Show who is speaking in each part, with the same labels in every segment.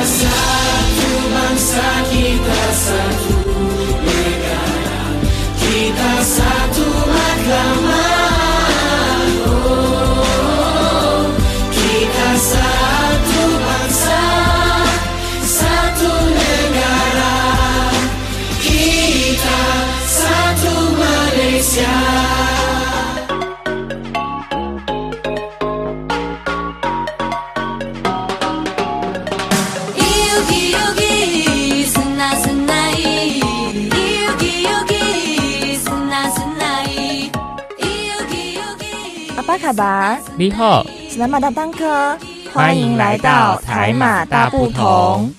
Speaker 1: satu bangsa kita satu negara kita satu agama oh, kita satu bangsa satu negara kita satu Malaysia.
Speaker 2: 이유기 유기 스나 스나이 이유기 유기 스나 스나이 이유기 유기
Speaker 3: 阿巴卡巴，
Speaker 4: 你好，
Speaker 3: 史南马大当科，
Speaker 4: 欢迎来到台马大不同。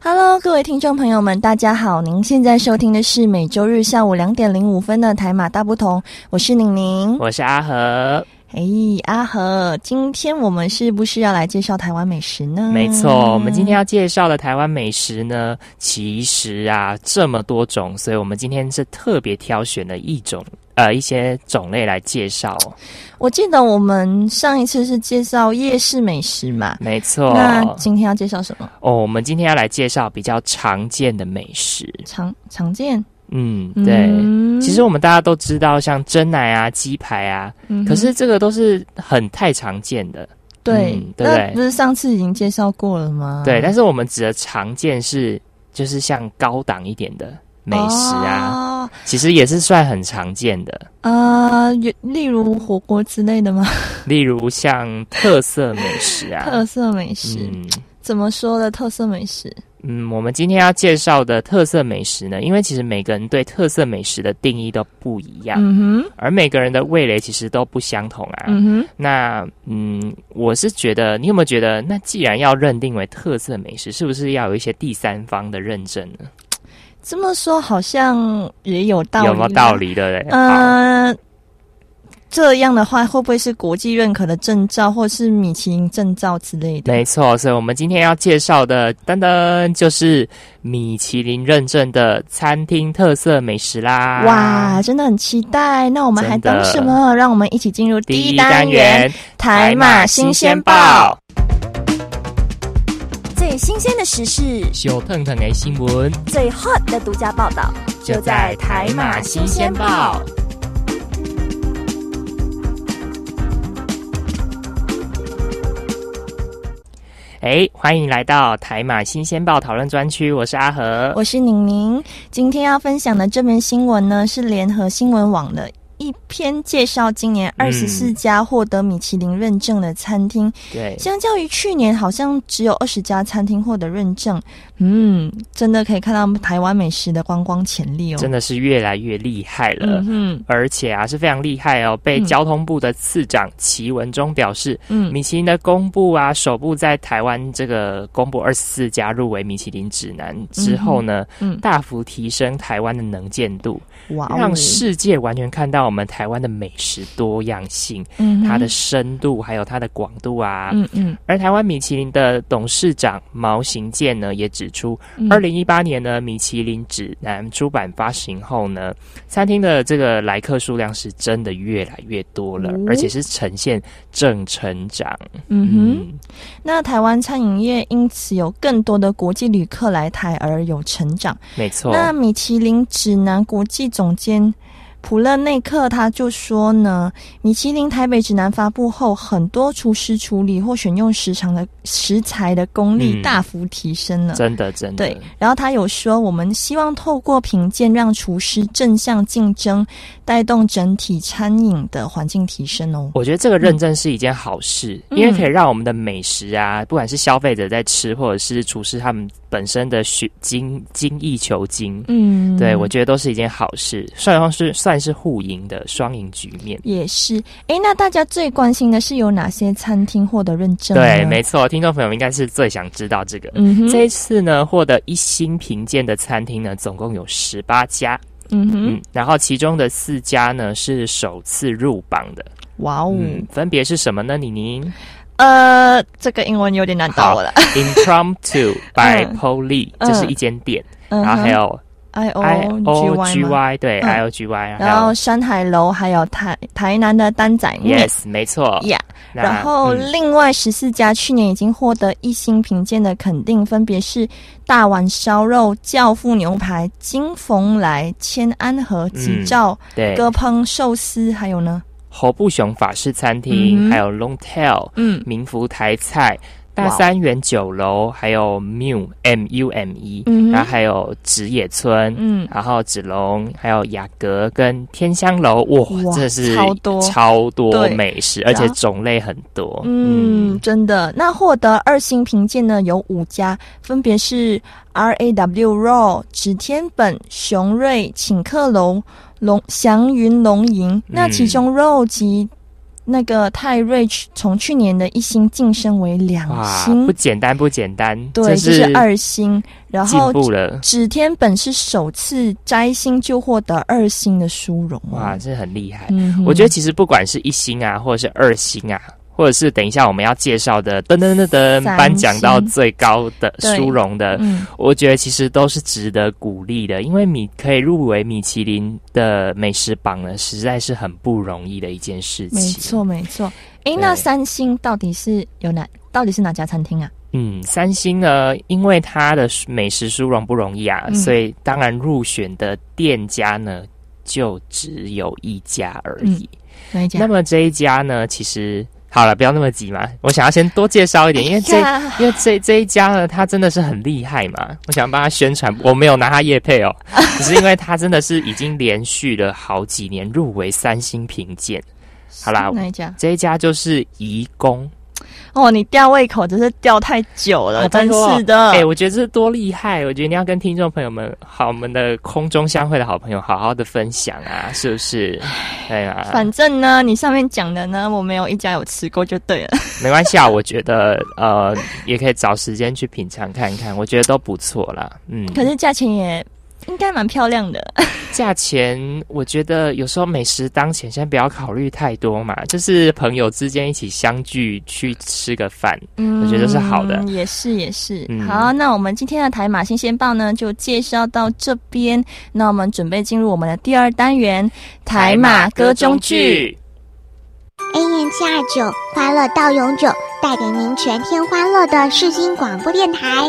Speaker 3: Hello，各位听众朋友们，大家好！您现在收听的是每周日下午两点零五分的台马大不同，我是宁宁。
Speaker 4: 我是阿和。
Speaker 3: 哎，阿和，今天我们是不是要来介绍台湾美食呢？
Speaker 4: 没错，我们今天要介绍的台湾美食呢，其实啊这么多种，所以我们今天是特别挑选了一种呃一些种类来介绍哦。
Speaker 3: 我记得我们上一次是介绍夜市美食嘛，
Speaker 4: 没错，
Speaker 3: 那今天要介绍什么？
Speaker 4: 哦，我们今天要来介绍比较常见的美食。
Speaker 3: 常常见，
Speaker 4: 嗯，对。
Speaker 3: 嗯
Speaker 4: 其实我们大家都知道，像蒸奶啊、鸡排啊，
Speaker 3: 嗯哼
Speaker 4: 可是这个都是很太常见的。
Speaker 3: 对，
Speaker 4: 嗯对不对
Speaker 3: 那不是上次已经介绍过了吗？
Speaker 4: 对，但是我们指的常见是，就是像高档一点的美食
Speaker 3: 啊。
Speaker 4: 啊，其实也是算很常见的。
Speaker 3: 啊，有例如火锅之类的吗？
Speaker 4: 例如像特色美食啊，
Speaker 3: 特色美食、
Speaker 4: 嗯
Speaker 3: 怎么说的？特色美食，
Speaker 4: 嗯，我们今天要介绍的特色美食呢，因为其实每个人对特色美食的定义都不一样，
Speaker 3: 嗯哼，
Speaker 4: 而每个人的味蕾其实都不相同啊。
Speaker 3: 嗯哼，
Speaker 4: 那嗯，我是觉得，你有没有觉得，那既然要认定为特色美食，是不是要有一些第三方的认证呢？
Speaker 3: 这么说好像也有道理，啊
Speaker 4: 有没有道？理的嘞？好
Speaker 3: 嗯、这样的话会不会是国际认可的证照，或是米其林证照之类的？
Speaker 4: 没错，所以我们今天要介绍的，噔噔，就是米其林认证的餐厅特色美食啦！
Speaker 3: 哇，，真的很期待！那我们还
Speaker 4: 真的
Speaker 3: 等什么？让我们一起进入
Speaker 4: 第
Speaker 3: 第
Speaker 4: 一
Speaker 3: 一
Speaker 4: 单
Speaker 3: 单元
Speaker 4: 元
Speaker 3: ——台马新鲜报。，
Speaker 5: 最新鲜的时事，
Speaker 4: 小腾腾的新闻
Speaker 5: 最 hot 的独家报道，
Speaker 4: 就在台马新鲜报。哎，欢迎来到台马新鲜报讨论专区，我是阿和。
Speaker 3: 我是宁宁，今天要分享的这篇新闻呢，是联合新闻网的一篇介绍今年
Speaker 4: 嗯
Speaker 3: 二十四家获得米其林认证的餐厅，
Speaker 4: 对，
Speaker 3: 相较于去年，好像只有二十家餐厅获得认证。嗯，真的可以看到台湾美食的观光潜力哦。
Speaker 4: 真
Speaker 3: 的，
Speaker 4: 的是越来越厉害了。
Speaker 3: 嗯哼，
Speaker 4: 而且啊，是非常厉害哦！被
Speaker 3: 嗯
Speaker 4: 交通部的次长齐文忠表示，
Speaker 3: 嗯，
Speaker 4: 米其林的公布啊，首部在台湾这个公布二十四家入围米其林指南之后呢，
Speaker 3: 嗯嗯
Speaker 4: 大幅提升台湾的能见度，
Speaker 3: 哇哦
Speaker 4: 让，世界完全看到我们台湾的美食多样性、
Speaker 3: 嗯哼
Speaker 4: 它的，深度还有它的广度啊。
Speaker 3: 嗯嗯，
Speaker 4: 而台湾米其林的董事长毛行健呢，也指出，
Speaker 3: 嗯
Speaker 4: 二零一八年呢，米其林指南出版发行后呢，餐厅的这个来客数量是真的越来越多了，
Speaker 3: 哦
Speaker 4: 而且是呈现正成长。
Speaker 3: 嗯哼。，那台湾餐饮业因此有更多的国际旅客来台而有成长。
Speaker 4: 没错。
Speaker 3: 那米其林指南国际总监普勒内克他就说呢，米其林台北指南发布后，很多厨师处理或选用食长的食材的功力
Speaker 4: 嗯
Speaker 3: 大幅提升了。
Speaker 4: 真的，真的，
Speaker 3: 对，然后他有说，我们希望透过评鉴让厨师正向竞争，带动整体餐饮的环境提升哦。
Speaker 4: 我觉得这个认证是一件好事，
Speaker 3: 嗯
Speaker 4: 因为可以让我们的美食啊，不管是消费者在吃，或者是厨师他们本身的学精精益求精，
Speaker 3: 嗯，
Speaker 4: 对我觉得都是一件好事，算是算是互赢的双赢局面。
Speaker 3: 也是。诶，那大家最关心的是有哪些餐厅获得认证呢？
Speaker 4: 对，没错，听众朋友应该是最想知道这个。
Speaker 3: 嗯哼，
Speaker 4: 这一次呢，获得一星评鉴的餐厅呢，总共有十八家，
Speaker 3: 嗯哼，
Speaker 4: 嗯，然后其中的四家呢是首次入榜的，
Speaker 3: 哇哦。
Speaker 4: 嗯，分别是什么呢？李宁
Speaker 3: 呃，这个英文有点难到我了。
Speaker 4: ，Impromptu by
Speaker 3: 嗯
Speaker 4: Polly，、
Speaker 3: 嗯
Speaker 4: 这是一间店，
Speaker 3: 然
Speaker 4: 然后还有
Speaker 3: I
Speaker 4: I
Speaker 3: O G
Speaker 4: O
Speaker 3: Y
Speaker 4: G
Speaker 3: 吗
Speaker 4: Y，对、
Speaker 3: 嗯
Speaker 4: I O G Y，
Speaker 3: 然后嗯山海楼，还有台台南的丹仔面
Speaker 4: Yes，没错。
Speaker 3: Yeah，
Speaker 4: 那
Speaker 3: 然后
Speaker 4: 嗯
Speaker 3: 另外十四家去年已经获得一星评鉴的肯定，分别是大碗烧肉、教父牛排、金凤来、千安和、
Speaker 4: 嗯
Speaker 3: 吉兆、
Speaker 4: 对，
Speaker 3: 鸽烹寿司，还有呢，
Speaker 4: 侯布雄法式餐厅，
Speaker 3: 嗯哼
Speaker 4: 还有 Long Tail
Speaker 3: 嗯，
Speaker 4: 民福台菜。大
Speaker 3: 哇
Speaker 4: 三元酒楼，还有 Mu M U M E，、
Speaker 3: 嗯哼
Speaker 4: 然后还有直野村，
Speaker 3: 嗯
Speaker 4: 然后子龙，还有雅阁跟天香楼，哇，
Speaker 3: 哇
Speaker 4: 这是
Speaker 3: 超多
Speaker 4: 超多
Speaker 3: 对
Speaker 4: 美食，而且
Speaker 3: 然后
Speaker 4: 种类很多。
Speaker 3: 嗯，，真的。那获得二星评鉴呢有五家，分别是 R A W Raw、指天本、雄瑞、请客楼、龙祥云龙
Speaker 4: 嗯
Speaker 3: 吟。那其中 Raw 及那个泰瑞从去年的一星晋升为两
Speaker 4: 哇，不
Speaker 3: 星，
Speaker 4: 简单，不简单，
Speaker 3: 对，这
Speaker 4: 这
Speaker 3: 是二星。然
Speaker 4: 进
Speaker 3: 后嗯
Speaker 4: 步了，
Speaker 3: 指天本是首次摘星就获得二星的殊荣哦，
Speaker 4: 哇，这很厉害。
Speaker 3: 嗯哼
Speaker 4: 我觉得其实不管是一星啊，或者是二星啊，或者是等一下我们要介绍的噔噔噔噔
Speaker 3: 三星
Speaker 4: 颁奖到最高的
Speaker 3: 对
Speaker 4: 殊荣的，
Speaker 3: 嗯
Speaker 4: 我觉得其实都是值得鼓励的，因为米可以入围米其林的美食榜呢，实在是很不容易的一件事情。
Speaker 3: 没错，，没错。诶，
Speaker 4: 对
Speaker 3: 那三星到底是有哪？到底是哪家餐厅啊？
Speaker 4: 嗯，三星呢，因为它的美食殊荣不容易啊，
Speaker 3: 嗯
Speaker 4: 所以当然入选的店家呢，就只有一家而已。
Speaker 3: 哪嗯一家？
Speaker 4: 那么这一家呢，其实好了，不要那么急嘛。我想要先多介绍一 点，因为这、
Speaker 3: 呀
Speaker 4: 因为这这一家呢，它真的是很厉害嘛。我想帮他宣传，我没有拿他叶 配哦，只是因为它真的是已经连续了好几年入围三星评鉴。好啦
Speaker 3: 是哪一家？
Speaker 4: 这一家就是怡工，
Speaker 3: 哦，你吊胃口真是吊太久了，
Speaker 4: 啊拜
Speaker 3: 真
Speaker 4: 托
Speaker 3: 是的。
Speaker 4: 哎、我觉得这多厉害！哦我觉得你要跟听众朋友们，好，我们的空中相会的好朋友，好好的分享啊，是不是？对啊，
Speaker 3: 反正呢，你上面讲的呢，我没有一家有吃过就对 了。
Speaker 4: 没关系啊，我觉得呃，也可以找时间去品尝看看，我觉得都不错啦。嗯，
Speaker 3: 可是价钱也应该蛮漂亮的。
Speaker 4: 价钱，我觉得有时候美食当前，先不要考虑太多嘛，就是朋友之间一起相聚去吃个饭，
Speaker 3: 嗯
Speaker 4: 我觉得是好的
Speaker 3: 也是也是。
Speaker 4: 嗯
Speaker 3: 好，那我们今天的台马新鲜报呢，就介绍到这边。那我们准备进入我们的第二单元——台马歌中剧。。
Speaker 6: A 年七二九，欢乐到永久，带给您全天欢乐的世新广播电台。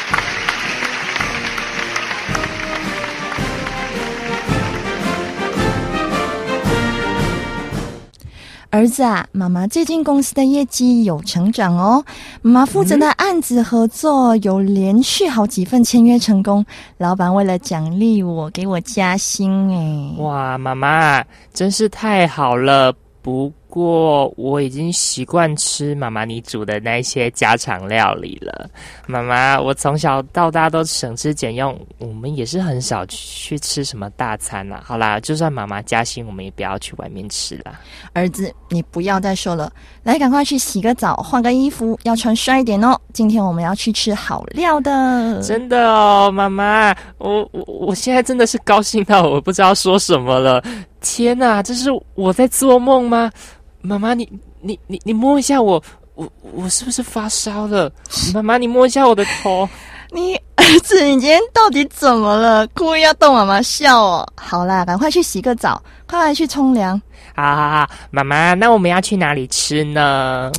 Speaker 3: 儿子啊，妈妈最近公司的业绩有成长哦。妈妈负责的案子合作有连续好几份签约成功，老板为了奖励我，给我加薪哎。
Speaker 4: 哇，妈妈真是太好了！不过我已经习惯吃妈妈你煮的那些家常料理了。妈妈，我从小到大都省吃俭用，我们也是很少去吃什么大餐啦。好啦，就算妈妈加薪，我们也不要去外面吃啦。
Speaker 3: 儿子，你不要再说了，来，赶快去洗个澡，换个衣服，要穿帅一点哦。今天我们要去吃好料的。
Speaker 4: 真的哦，妈妈，我我我现在真的是高兴到我不知道说什么了。天哪，这是我在做梦吗？妈妈，你你你你摸一下我，我我是不是发烧了？ 妈妈，你摸一下我的头。
Speaker 3: 你儿子，你今天到底怎么了？故意要逗妈妈笑哦。好啦，赶快去洗个澡，快快去冲凉。
Speaker 4: 好好好，妈妈，那我们要去哪里吃呢？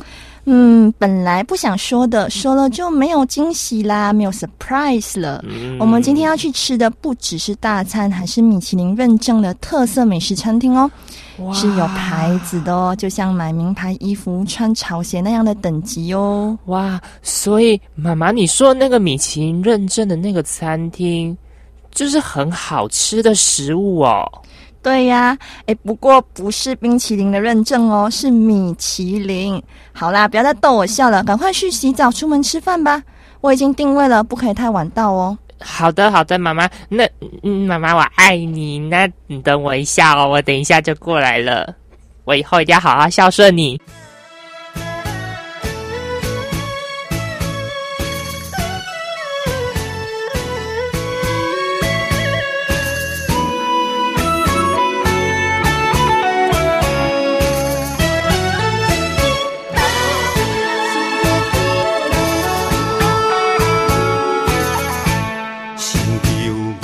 Speaker 3: 嗯，本来不想说的，说了就没有惊喜啦，没有 surprise 了。
Speaker 4: 嗯
Speaker 3: 我们今天要去吃的不只是大餐，还是米其林认证的特色美食餐厅哦，是有牌子的哦，就像买名牌衣服、穿潮鞋那样的等级哦。
Speaker 4: 哇，所以妈妈，你说那个米其林认证的那个餐厅，就是很好吃的食物哦。
Speaker 3: 对呀，诶，不过不是冰淇淋的认证哦，是米其林。好啦，不要再逗我笑了，赶快去洗澡、出门吃饭吧。我已经定位了，不可以太晚到哦。
Speaker 4: 好的，好的，妈妈，那嗯，妈妈，我爱你。那你等我一下哦，我等一下就过来了。我以后一定要好好孝顺你。
Speaker 7: 惊会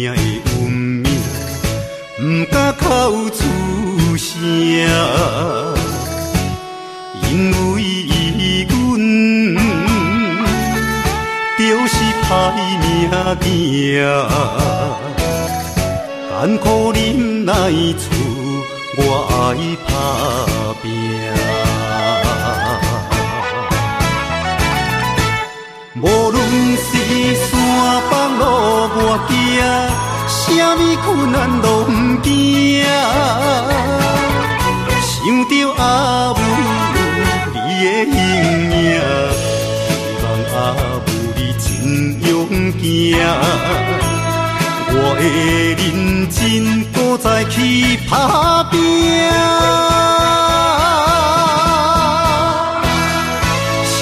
Speaker 7: 有眠，毋敢哭出声，因为伊阮就是歹命囝。艰苦忍耐厝，我爱打拼。无论是山北路我行，什么困难都不惊。想着阿母你的形影，希望阿母你真勇行。我的认真，搁再去打拼。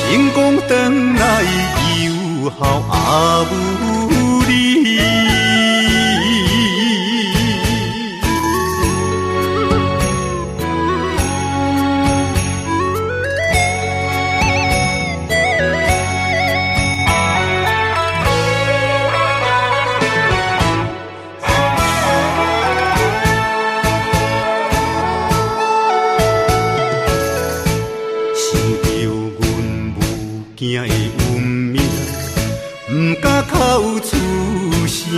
Speaker 7: 成功回来又孝阿母你。想着阮母囝的恩命，毋敢哭出声，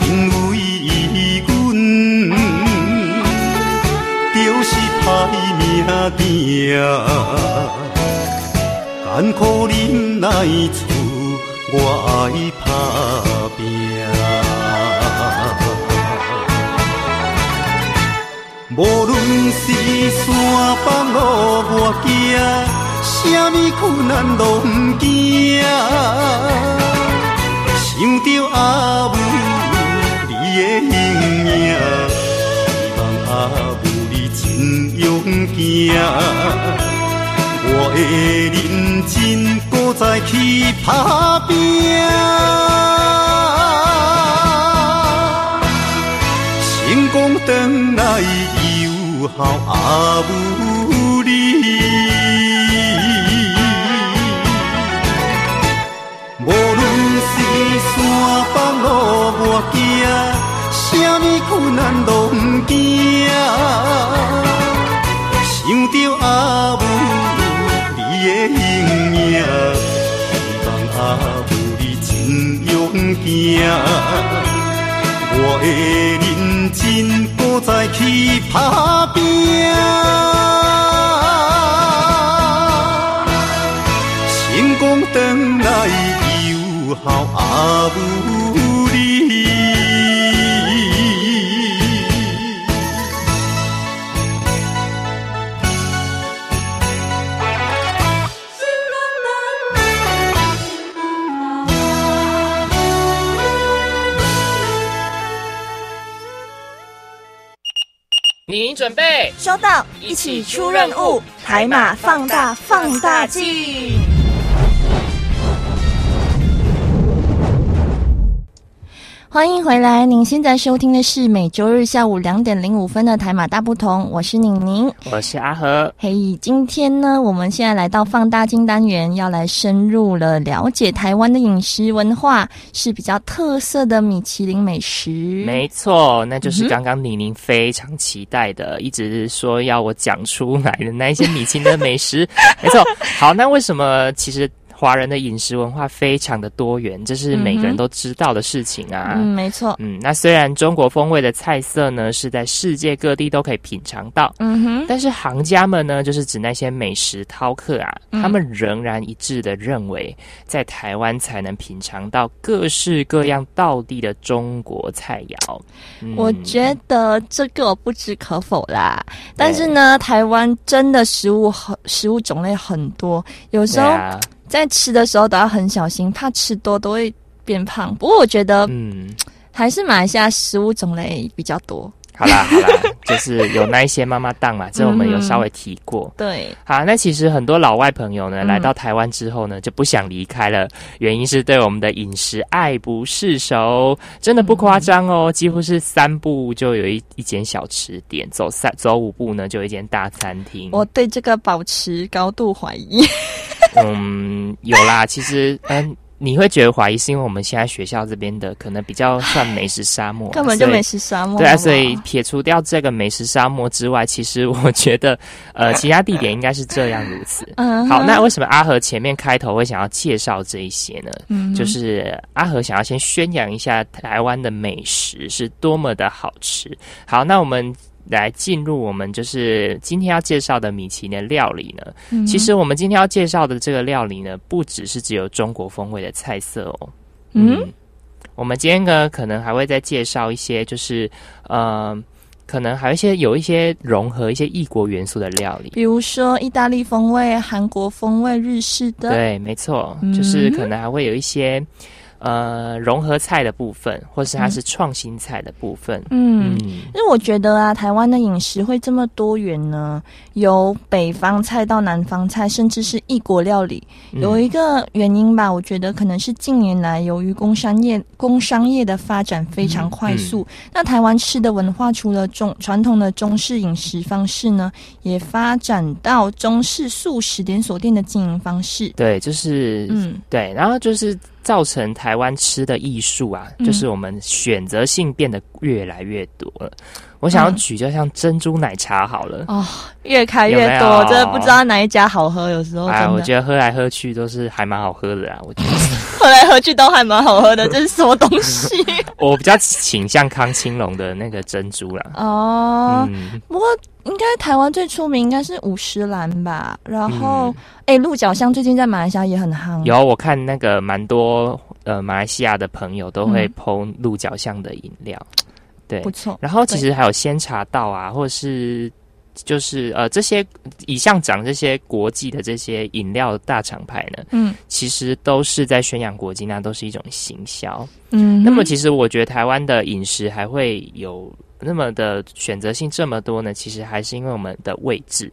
Speaker 7: 因为伊阮就是歹命囝，艰苦忍耐厝，我爱打拼。无论是山北路我行，什么困难都不惊。想着阿母你的形影，希望阿母你真勇行。我会认真，搁再去打拼。成功回来又孝阿母你。无论是山北路我行，什么困难都不惊。想着阿母你的形影，希望阿母你真勇行。我的认真，搁再去打拼。成功回来又孝阿母你。
Speaker 4: 你准备
Speaker 5: 收到，一起出任务，海马放大放大镜。
Speaker 3: 欢迎回来，您现在收听的是每周日下午两点零五分的《台马大不同》，我是宁宁。
Speaker 4: 我是阿和，
Speaker 3: 嘿、今天呢，我们现在来到放大镜单元，要来深入了了解台湾的饮食文化，是比较特色的米其林美食。
Speaker 4: 没错，那就是刚刚李宁非常期待的，一直说要我讲出来的那一些米其林的美食。 没错，好，那为什么其实华人的饮食文化非常的多元，这是每个人都知道的事情啊。
Speaker 3: 嗯，没错。
Speaker 4: 嗯，那虽然中国风味的菜色呢是在世界各地都可以品尝到，
Speaker 3: 嗯哼，
Speaker 4: 但是行家们呢，就是指那些美食饕客啊，
Speaker 3: 嗯
Speaker 4: 他们仍然一致的认为，在台湾才能品尝到各式各样道地的中国菜肴。嗯
Speaker 3: 我觉得这个我不置可否啦。但是呢，台湾真的食物很食物种类很多，有时
Speaker 4: 对
Speaker 3: 候
Speaker 4: 啊，
Speaker 3: 在吃的时候都要很小心，怕吃多都会变胖。不过我觉得
Speaker 4: 嗯，
Speaker 3: 还是马来西亚食物种类比较多。
Speaker 4: 好啦好啦， 就是有那一些妈妈档嘛，这我们有
Speaker 3: 嗯
Speaker 4: 稍微提过。
Speaker 3: 对，
Speaker 4: 好，啊那其实很多老外朋友呢，
Speaker 3: 嗯
Speaker 4: 来到台湾之后呢，就不想离开了，原因是对我们的饮食爱不释手，真的不
Speaker 3: 嗯
Speaker 4: 夸张哦，几乎是三步就有一一间小吃店，走三走五步呢就有一间大餐厅。
Speaker 3: 我对这个保持高度怀疑。
Speaker 4: 嗯，有啦，其实嗯。你会觉得怀疑，是因为我们现在学校这边的可能比较算美食沙漠啊，
Speaker 3: 根本就
Speaker 4: 所以
Speaker 3: 美食沙漠。
Speaker 4: 对啊，
Speaker 3: 好不好
Speaker 4: 所以撇除掉这个美食沙漠之外，其实我觉得，呃，其他地点应该是这样如此。
Speaker 3: 嗯哼
Speaker 4: 啊好，那为什么阿和前面开头会想要介绍这一些呢？
Speaker 3: 嗯哼
Speaker 4: 就是阿和想要先宣扬一下台湾的美食是多么的好吃。好，那我们来进入我们就是今天要介绍的米其林的料理呢。
Speaker 3: 嗯
Speaker 4: 其实我们今天要介绍的这个料理呢，不只是只有中国风味的菜色哦。
Speaker 3: 嗯，
Speaker 4: 我们今天呢，可能还会再介绍一些，就是呃，可能还有一些有一些融合一些异国元素的料理。
Speaker 3: 比如说意大利风味、韩国风味、日式的，
Speaker 4: 对，没错，
Speaker 3: 嗯
Speaker 4: 就是可能还会有一些呃融合菜的部分，或是它是创新菜的部分。
Speaker 3: 嗯。
Speaker 4: 嗯
Speaker 3: 因为我觉得啊，台湾的饮食会这么多元呢，由北方菜到南方菜，甚至是异国料理，
Speaker 4: 嗯
Speaker 3: 有一个原因吧，我觉得可能是近年来由于工商业工商业的发展非常快速，
Speaker 4: 嗯
Speaker 3: 那台湾吃的文化除了中传统的中式饮食方式呢，也发展到中式素食连锁店的经营方式。
Speaker 4: 对，就是
Speaker 3: 嗯，
Speaker 4: 对，然后就是造成台湾吃的艺术啊，
Speaker 3: 嗯
Speaker 4: 就是我们选择性变得越来越多了。我想要
Speaker 3: 嗯
Speaker 4: 举，就像珍珠奶茶好了。
Speaker 3: 哦，越开越多，
Speaker 4: 有没有
Speaker 3: 真的不知道哪一家好喝，有时候哦真
Speaker 4: 哎，我
Speaker 3: 的、
Speaker 4: 觉得喝来喝去都是还蛮好喝的啊。我觉得
Speaker 3: 喝来喝去都还蛮好喝的，这是什么东西？
Speaker 4: 我比较倾向康青龙的那个珍珠啦。
Speaker 3: 哦，
Speaker 4: 嗯，
Speaker 3: 不过应该台湾最出名应该是五十岚吧，然
Speaker 4: 嗯
Speaker 3: 后哎、鹿角巷最近在马来西亚也很夯，
Speaker 4: 有我看那个蛮多呃马来西亚的朋友都会烹鹿角巷的饮料，对
Speaker 3: 不。错，
Speaker 4: 然后其实还有仙茶道啊，或者是就是呃这些以上讲这些国际的这些饮料大厂牌呢，
Speaker 3: 嗯
Speaker 4: 其实都是在宣扬国际，那都是一种行销。
Speaker 3: 嗯，
Speaker 4: 那么其实我觉得台湾的饮食还会有那么的选择性这么多呢，其实还是因为我们的位置，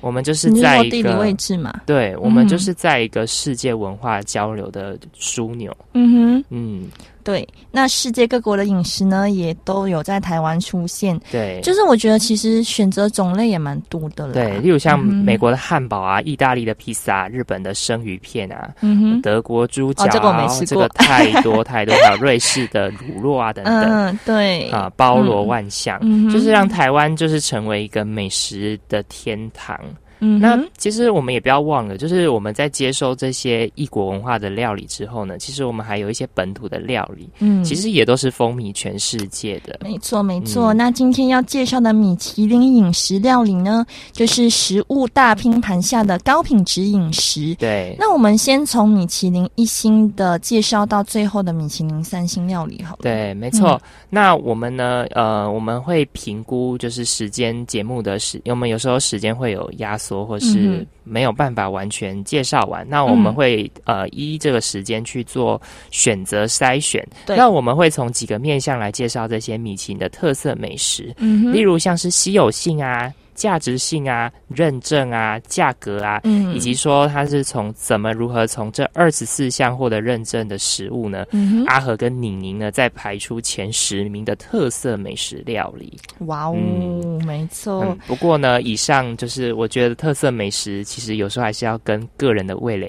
Speaker 4: 我们就是
Speaker 3: 你是
Speaker 4: 在
Speaker 3: 说
Speaker 4: 一
Speaker 3: 地理位
Speaker 4: 个。
Speaker 3: 置嘛？
Speaker 4: 对，我们
Speaker 3: 嗯
Speaker 4: 就是在一个世界文化交流的枢纽。
Speaker 3: 嗯
Speaker 4: 嗯，
Speaker 3: 哼，对。那世界各国的饮食呢，也都有在台湾出现。
Speaker 4: 对，
Speaker 3: 就是我觉得其实选择种类也蛮多的啦。
Speaker 4: 对，例如像
Speaker 3: 嗯
Speaker 4: 美国的汉堡啊、意大利的披萨、日本的生鱼片啊、
Speaker 3: 嗯哼，
Speaker 4: 德国猪脚、啊
Speaker 3: 哦这个我没吃
Speaker 4: 这
Speaker 3: 过
Speaker 4: 个太多太多，还有瑞士的乳酪 啊等等。
Speaker 3: 嗯，对，
Speaker 4: 啊，包罗万象，
Speaker 3: 嗯哼
Speaker 4: 就是让台湾就是成为一个美食的天堂。
Speaker 3: 嗯
Speaker 4: 那
Speaker 3: 哼，
Speaker 4: 其实我们也不要忘了，就是我们在接收这些异国文化的料理之后呢，其实我们还有一些本土的料理，
Speaker 3: 嗯
Speaker 4: 其实也都是风靡全世界的。
Speaker 3: 没错，没错。
Speaker 4: 嗯
Speaker 3: 那今天要介绍的米其林饮食料理呢，就是食物大拼盘下的高品质饮食。
Speaker 4: 对，
Speaker 3: 那我们先从米其林一星的介绍到最后的米其林三星料理好了。，
Speaker 4: 对，没错。那我们呢？呃，我们会评估就是时间节目的时，我们有时候时间会有压缩，或
Speaker 3: 嗯
Speaker 4: 是
Speaker 3: 哼
Speaker 4: 没有办法完全介绍完。那我们
Speaker 3: 嗯
Speaker 4: 会、呃依这个时间去做选择筛选。
Speaker 3: 对
Speaker 4: 那我们会从几个面向来介绍这些米其林的特色美食，
Speaker 3: 嗯哼，
Speaker 4: 例如像是稀有性啊、价值性啊、认证啊、价格啊，
Speaker 3: 嗯
Speaker 4: 以及说它是从怎么如何从这二十四项获得认证的食物呢？
Speaker 3: 嗯
Speaker 4: 阿和跟宁宁呢，在排出前十名的特色美食料理。
Speaker 3: 哼，哇哦，
Speaker 4: 嗯
Speaker 3: 没错。
Speaker 4: 嗯，不过呢，以上就是我觉得特色美食，其实有时候还是要跟个人的味蕾。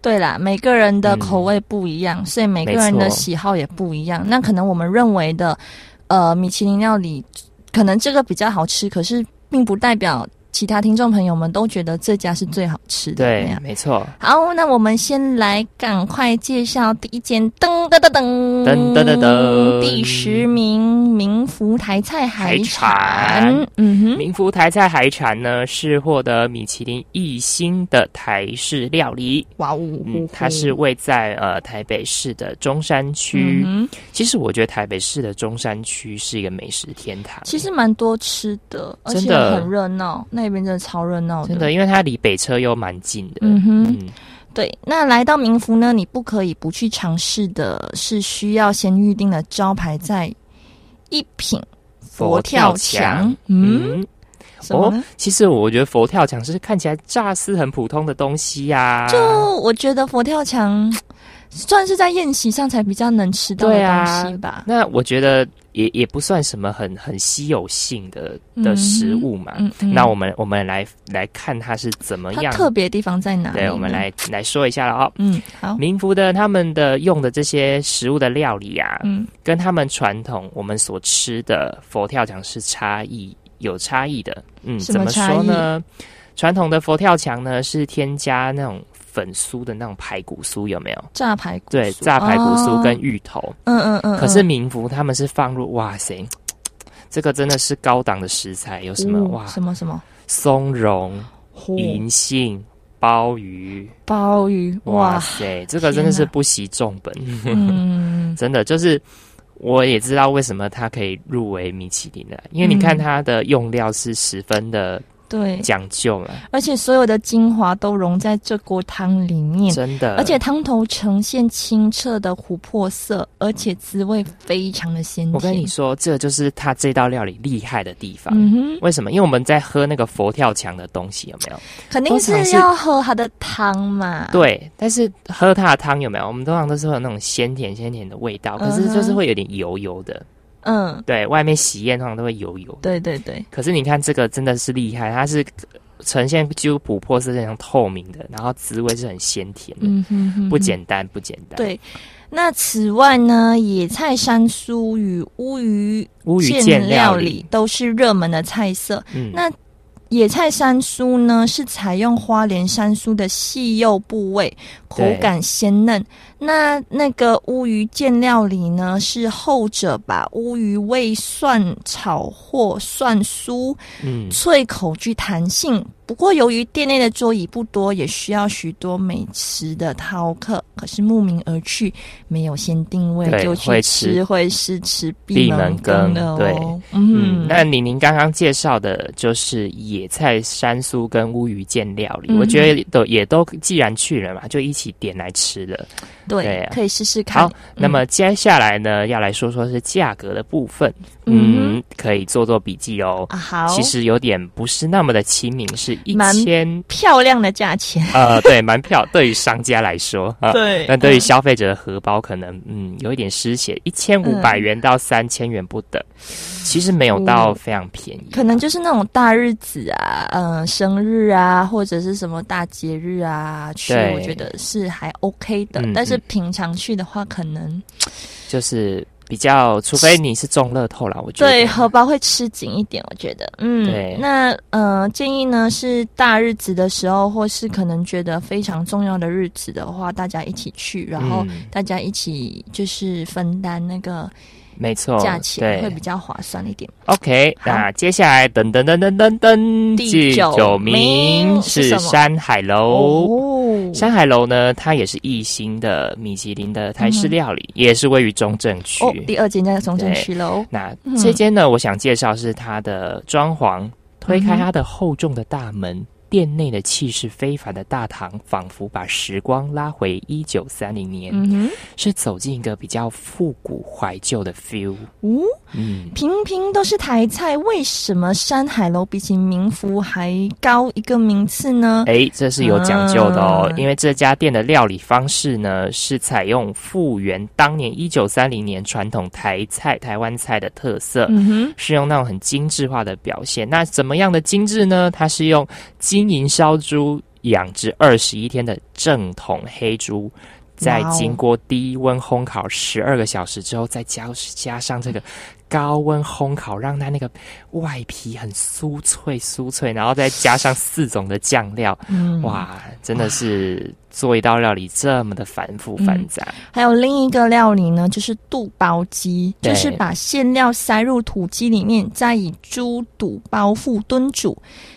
Speaker 3: 对啦，每个人的
Speaker 4: 嗯
Speaker 3: 口味不一样，所以每个
Speaker 4: 没
Speaker 3: 人的
Speaker 4: 错
Speaker 3: 喜好也不一样。那可能我们认为的，呃，米其林料理，可能这个比较好吃，可是并不代表其他听众朋友们都觉得这家是最好吃的。那
Speaker 4: 对
Speaker 3: 样，
Speaker 4: 没错。
Speaker 3: 好，那我们先来赶快介绍第一间，噔噔噔噔
Speaker 4: 噔噔噔噔
Speaker 3: 第十名名福台菜海
Speaker 4: 海
Speaker 3: 产，
Speaker 4: 产
Speaker 3: 嗯哼，
Speaker 4: 民福台菜海产呢，是获得米其林一星的台式料理。
Speaker 3: 哇哦，
Speaker 4: 嗯，它是位在呃台北市的中山区。
Speaker 3: 嗯哼
Speaker 4: 其实我觉得台北市的中山区是一个美食天堂。
Speaker 3: 其实蛮多吃的，而
Speaker 4: 真
Speaker 3: 且
Speaker 4: 的
Speaker 3: 很热闹，那边真的超热闹
Speaker 4: 真的，因为它离北车又蛮近的。
Speaker 3: 嗯哼
Speaker 4: 嗯
Speaker 3: 对，那来到民福呢，你不可以不去尝试的是需要先预定的招牌在一品佛跳墙。嗯，
Speaker 4: 嗯，
Speaker 3: 什么
Speaker 4: 哦
Speaker 3: 呢？，
Speaker 4: 其实我觉得佛跳墙是看起来乍似很普通的东西呀、
Speaker 3: 就我觉得佛跳墙算是在宴席上才比较能吃到的
Speaker 4: 对啊
Speaker 3: 东西吧。
Speaker 4: 那我觉得也也不算什么很很稀有性的
Speaker 3: 嗯
Speaker 4: 的食物嘛。
Speaker 3: 嗯嗯
Speaker 4: 那我们我们来来看它是怎么
Speaker 3: 它
Speaker 4: 样。
Speaker 3: 特别的地方在哪里？
Speaker 4: 对，我们，来来说一下了哦。
Speaker 3: 嗯，好，
Speaker 4: 民福的他们的用的这些食物的料理啊，
Speaker 3: 嗯
Speaker 4: 跟他们传统我们所吃的佛跳墙是差异有差异的。嗯，
Speaker 3: 什
Speaker 4: 怎
Speaker 3: 么
Speaker 4: 么
Speaker 3: 差异
Speaker 4: 说呢？传统的佛跳墙呢是添加那种粉酥的那种排骨酥，有没有？
Speaker 3: 炸排骨酥，
Speaker 4: 对，炸排骨酥跟
Speaker 3: 哦
Speaker 4: 芋头。
Speaker 3: 嗯嗯嗯，
Speaker 4: 可是
Speaker 3: 嗯
Speaker 4: 民福他们是放入，哇塞，这个真的是高档的食材，有什么、
Speaker 3: 哦
Speaker 4: 哇？
Speaker 3: 什么什哦么
Speaker 4: 松茸、
Speaker 3: 火
Speaker 4: 银杏、鲍鱼，
Speaker 3: 鲍鱼
Speaker 4: 哇
Speaker 3: 哇，
Speaker 4: 塞，这个真的是
Speaker 3: 天哪
Speaker 4: 不惜重本，
Speaker 3: 嗯
Speaker 4: 真的就是。我也知道为什么它可以入围米其林了，因为你看
Speaker 3: 嗯
Speaker 4: 它的用料是十分的
Speaker 3: 对，
Speaker 4: 讲究嘛，
Speaker 3: 而且所有的精华都融在这锅汤里面。
Speaker 4: 真的。
Speaker 3: 嗯而且汤头呈现清澈的琥珀色，而且滋味非常的鲜甜。
Speaker 4: 我跟你，说，这就是它这道料理厉害的地方。
Speaker 3: 嗯哼，
Speaker 4: 为什么？因为我们在喝那个佛跳墙的东西，有没有？
Speaker 3: 肯定
Speaker 4: 通常
Speaker 3: 是
Speaker 4: 是
Speaker 3: 要喝它的汤嘛。，
Speaker 4: 对，但是喝它的汤有没有？我们通常都是会有那种鲜甜鲜甜的味道，可是就是会有点油油的。
Speaker 3: 嗯，
Speaker 4: 对外面喜宴通常都会油油的，
Speaker 3: 对对对，
Speaker 4: 可是你看这个真的是厉害，它是呈现几乎琥珀色这样透明的，然后滋味是很鲜甜的，
Speaker 3: 嗯哼哼
Speaker 4: 不
Speaker 3: 哼
Speaker 4: 简单不简单。，
Speaker 3: 对，那此外呢，野菜山酥与乌鱼
Speaker 4: 乌鱼
Speaker 3: 腱
Speaker 4: 腱
Speaker 3: 料
Speaker 4: 料
Speaker 3: 理
Speaker 4: 理，
Speaker 3: 都是热门的菜色。
Speaker 4: 嗯
Speaker 3: 那野菜山酥呢，是采用花莲山酥的细幼部位，口
Speaker 4: 对
Speaker 3: 感鲜嫩。那那个乌鱼腱料理呢，是后者把乌鱼味蒜炒或蒜酥，
Speaker 4: 嗯
Speaker 3: 脆口具弹性。不过，由于店内的桌椅不多，也需要许多美食的饕客，可是慕名而去，没有先定位
Speaker 4: 对
Speaker 3: 就去
Speaker 4: 会
Speaker 3: 吃，
Speaker 4: 吃
Speaker 3: 会是吃闭
Speaker 4: 闭
Speaker 3: 门
Speaker 4: 门
Speaker 3: 羹
Speaker 4: 羹
Speaker 3: 的哦。
Speaker 4: 对
Speaker 3: 嗯
Speaker 4: 嗯，那李宁刚刚介绍的就是野菜山苏跟乌鱼腱料理，
Speaker 3: 嗯
Speaker 4: 我觉得都也都既然去了嘛，就一起点来吃了。
Speaker 3: 对，
Speaker 4: 对啊
Speaker 3: 可以试试看嗯
Speaker 4: 好。，那么接下来呢，要来说说是价格的部分，
Speaker 3: 嗯
Speaker 4: 嗯，可以做做笔记哦。
Speaker 3: 啊，好，
Speaker 4: 其实有点不是那么的亲民，是一
Speaker 3: 蛮
Speaker 4: 千，
Speaker 3: 漂亮的价钱，
Speaker 4: 呃，对，蛮票对于商家来说啊，
Speaker 3: 对
Speaker 4: 但对于消费者的荷包可能嗯有一点失血，一千五
Speaker 3: 嗯
Speaker 4: 百元到三千元不等，其实没有到非常便宜，
Speaker 3: 哦
Speaker 4: 啊
Speaker 3: 可能就是那种大日子啊，嗯、生日啊，或者是什么大节日啊，去
Speaker 4: 对
Speaker 3: 我觉得是还 OK 的。
Speaker 4: 嗯
Speaker 3: 但是
Speaker 4: 嗯
Speaker 3: 平常去的话，可能
Speaker 4: 就是比较，除非你是中乐透啦，我觉得
Speaker 3: 对荷包会吃紧一点，我觉得，嗯，
Speaker 4: 对
Speaker 3: 那呃，建议呢是大日子的时候，或是可能觉得非常重要的日子的话，大家一起去，然后
Speaker 4: 嗯
Speaker 3: 大家一起就是分担那个
Speaker 4: 没错，
Speaker 3: 价钱，会
Speaker 4: 哦对
Speaker 3: 比较划算一点。
Speaker 4: OK，
Speaker 3: 好
Speaker 4: 那接下来噔噔噔噔噔噔，
Speaker 3: 第
Speaker 4: 第
Speaker 3: 九
Speaker 4: 九
Speaker 3: 名
Speaker 4: 名
Speaker 3: 是
Speaker 4: 是
Speaker 3: 什么
Speaker 4: 山海楼。
Speaker 3: 哦
Speaker 4: 山海楼呢，它也是一星的米其林的台式料理，也是位于中正区。
Speaker 3: 嗯哦，第二间在中正区喽。
Speaker 4: 那
Speaker 3: 嗯
Speaker 4: 这间呢，我想介绍是它的装潢，推开它的厚重的大
Speaker 3: 嗯
Speaker 4: 门，店内的气势非凡的大堂，仿佛把时光拉回一九三零年，
Speaker 3: 嗯哼，
Speaker 4: 是走进一个比较复古怀旧的 feel。
Speaker 3: 哦，
Speaker 4: 嗯，
Speaker 3: 平平都是台菜，为什么山海楼比起民福还高一个名次呢？
Speaker 4: 哎，这是有讲究的哦，
Speaker 3: 啊
Speaker 4: 因为这家店的料理方式呢，是采用复原当年一九三零年传统台菜、台湾菜的特色。
Speaker 3: 嗯哼，
Speaker 4: 是用那种很精致化的表现。那怎么样的精致呢？它是用金银烧猪养殖二十一天的正统黑猪，在
Speaker 3: 哇哦
Speaker 4: 经过低温烘烤十二个小时之后，再加加上这个高温烘烤，让它那个外皮很酥脆酥脆，然后再加上四种的酱料，
Speaker 3: 嗯，
Speaker 4: 哇，真的是做一道料理这么的繁复繁杂。
Speaker 3: 还有另一个料理呢，就是肚包鸡，
Speaker 4: 对
Speaker 3: 就是把馅料塞入土鸡里面，再以猪肚包覆炖煮。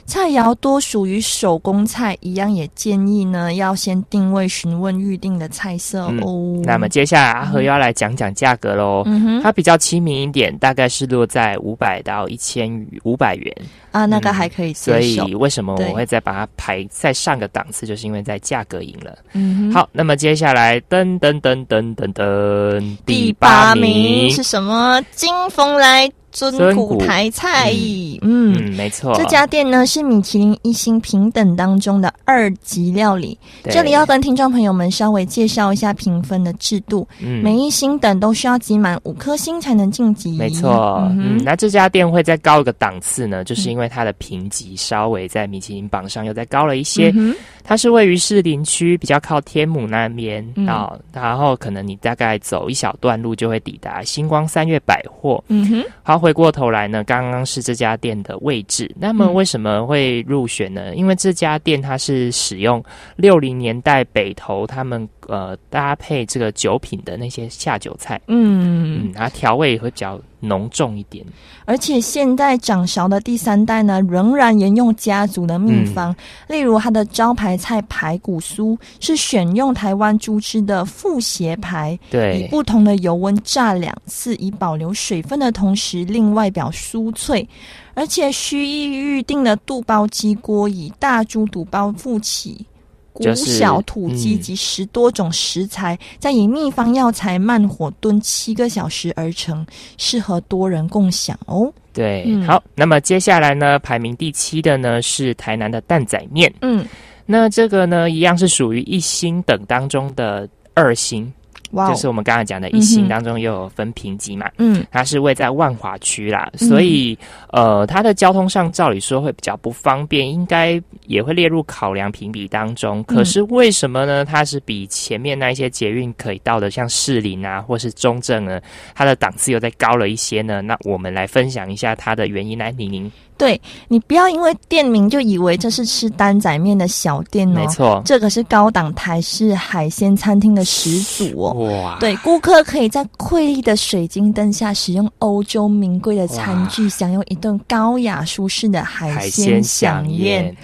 Speaker 3: 菜肴多属于手工菜，一样也建议呢要先定位询问预定的菜色哦。
Speaker 4: 嗯那么，接下来阿和要来讲讲价格喽。
Speaker 3: 嗯哼，
Speaker 4: 它比较亲民一点，大概是落在五百到一千五百元，
Speaker 3: 啊，那个还可以
Speaker 4: 嗯所
Speaker 3: 接
Speaker 4: 以
Speaker 3: 受。
Speaker 4: 为什么
Speaker 3: 对
Speaker 4: 我会再把它排在上个档次，就是因为在价格赢了。
Speaker 3: 嗯哼，
Speaker 4: 好，那么接下来噔噔噔噔噔噔，
Speaker 3: 第
Speaker 4: 八
Speaker 3: 八名是什么？金风来尊
Speaker 4: 尊
Speaker 3: 古
Speaker 4: 古
Speaker 3: 台菜。嗯
Speaker 4: 嗯，没错，
Speaker 3: 这家店呢是米其林一星平等当中的二级料理。
Speaker 4: 对
Speaker 3: 这里要跟听众朋友们稍微介绍一下评分的制度，
Speaker 4: 嗯
Speaker 3: 每一星等都需要集满五颗星才能晋级。
Speaker 4: 没错，
Speaker 3: 嗯
Speaker 4: 嗯
Speaker 3: 哼嗯
Speaker 4: 那这家店会再高一个档次呢，就是因为它的评级稍微在米其林榜上又再高了一些。
Speaker 3: 嗯哼
Speaker 4: 它是位于士林区，比较靠天母那边
Speaker 3: 嗯
Speaker 4: 啊、然后可能你大概走一小段路就会抵达星光三月百货。
Speaker 3: 嗯哼，
Speaker 4: 好，回过头来呢，刚刚是这家店的位置。那么
Speaker 3: 嗯
Speaker 4: 为什么会入选呢？因为这家店它是使用六零年代北投他们呃搭配这个酒品的那些下酒菜，
Speaker 3: 嗯
Speaker 4: 嗯，，它调味会比较浓重一点。
Speaker 3: 而且现代掌勺的第三代呢，仍然沿用家族的秘方，
Speaker 4: 嗯
Speaker 3: 例如它的招牌菜排骨酥是选用台湾猪吃的复斜排，以
Speaker 4: 对，
Speaker 3: 不同的油温炸两次，以保留水分的同时，令外表酥脆。而且须意预定的肚包鸡锅以大猪肚包附起。骨
Speaker 4: 就是
Speaker 3: 小土鸡
Speaker 4: 嗯
Speaker 3: 及十多种食材，再以秘方药材慢火炖七个小时而成，适合多人共享哦。
Speaker 4: 对，
Speaker 3: 嗯
Speaker 4: 好，那么接下来呢，排名第七的呢是台南的蛋仔面，
Speaker 3: 嗯，
Speaker 4: 那这个呢一样是属于一星等当中的二星，
Speaker 3: 哇、
Speaker 4: 就
Speaker 3: 哦，
Speaker 4: 是我们刚才讲的
Speaker 3: 嗯
Speaker 4: 一
Speaker 3: 哼
Speaker 4: 星当中又有分评级嘛。
Speaker 3: 嗯
Speaker 4: 它是位在万华区啦，
Speaker 3: 嗯
Speaker 4: 所以、呃，它的交通上照理说会比较不方便，应该也会列入考量评比当
Speaker 3: 嗯
Speaker 4: 中。可是为什么呢？它是比前面那一些捷运可以到的，像士林啊，或是中正呢，它的档次又再高了一些呢？那我们来分享一下它的原因来，宁宁，
Speaker 3: 对你不要因为店名就以为这是吃担仔面的小店哦，
Speaker 4: 没，错，
Speaker 3: 这个是高档台式海鲜餐厅的始祖哦。
Speaker 4: 哇，
Speaker 3: 对，顾客可以在瑰丽的水晶灯下，使用欧洲名贵的餐具，享用一顿高雅舒适的海
Speaker 4: 海
Speaker 3: 鲜
Speaker 4: 鲜
Speaker 3: 飨
Speaker 4: 飨
Speaker 3: 宴
Speaker 4: 宴。，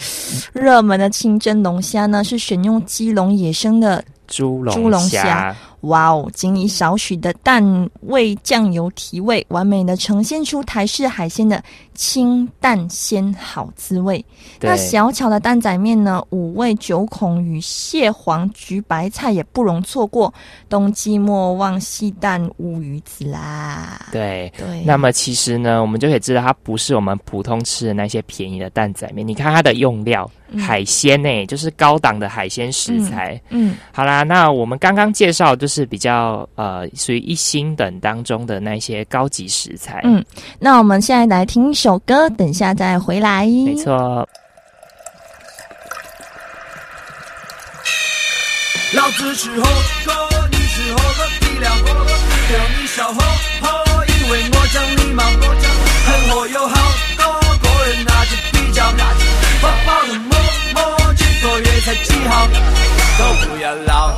Speaker 3: 热门的清蒸龙虾呢，是选用基隆野生的，
Speaker 4: 猪
Speaker 3: 猪龙
Speaker 4: 龙
Speaker 3: 虾，哇哦，仅以少许的淡味酱油提味，完美的呈现出台式海鲜的清淡鲜好滋味。那
Speaker 4: 对
Speaker 3: 小巧的蛋仔面呢，五味九孔与蟹黄焗白菜也不容错过。冬季莫忘细蛋乌鱼子啦。
Speaker 4: 对。
Speaker 3: 对，
Speaker 4: 那么其实呢，我们就可以知道，它不是我们普通吃的那些便宜的蛋仔面。你看它的用料，海鲜呢、就是高档的海鲜食材。
Speaker 3: 嗯
Speaker 4: 好啦，那我们刚刚介绍就是比较呃，属于一星等当中的那些高级食材。
Speaker 3: 嗯，那我们现在来听一首歌，等一下再回来。
Speaker 4: 没
Speaker 3: 哦
Speaker 4: 错。
Speaker 8: 老子是猴哥，你是猴哥，比两猴哥，比两你小猴猴，因为我讲你嘛，我讲很火有好多个人拿着比较拿着，抱抱的摸摸，这个月才几号，都不要老，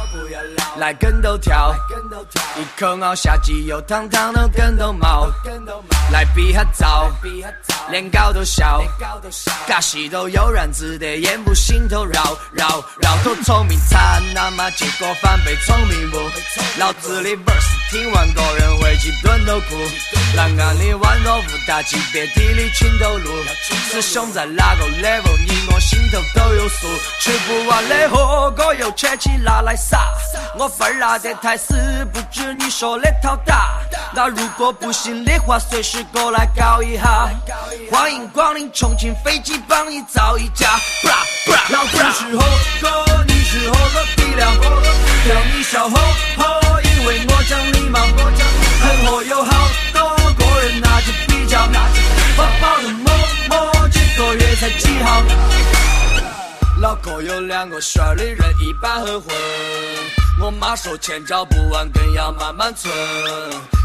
Speaker 8: 来跟头跳，一口咬下去有汤汤的跟头毛，来比哈早，连高都笑。尬戏都悠然自得，眼不心头绕绕绕，都聪明惨他妈，结果反被聪明误。老子的 verse 听完个人回去蹲头哭，栏杆里玩个五大级别体力情头路，师兄在哪个 level，你我心头都有数。吃不完的火锅又切起拿来撒，我份儿拿得太死，不止你说的套大。那如果不行的话，随时过来搞一下。欢迎光临重庆飞机，帮你造一架。布拉布拉，老子是猴哥，你是猴哥，比两猴哥，叫你小猴猴，因为我讲礼貌，我讲很火有好多个人拿着比较，拿着抱抱的摸摸，这个月才几号？脑壳有两个旋儿的人一般很混。我妈说钱找不完，更要慢慢存。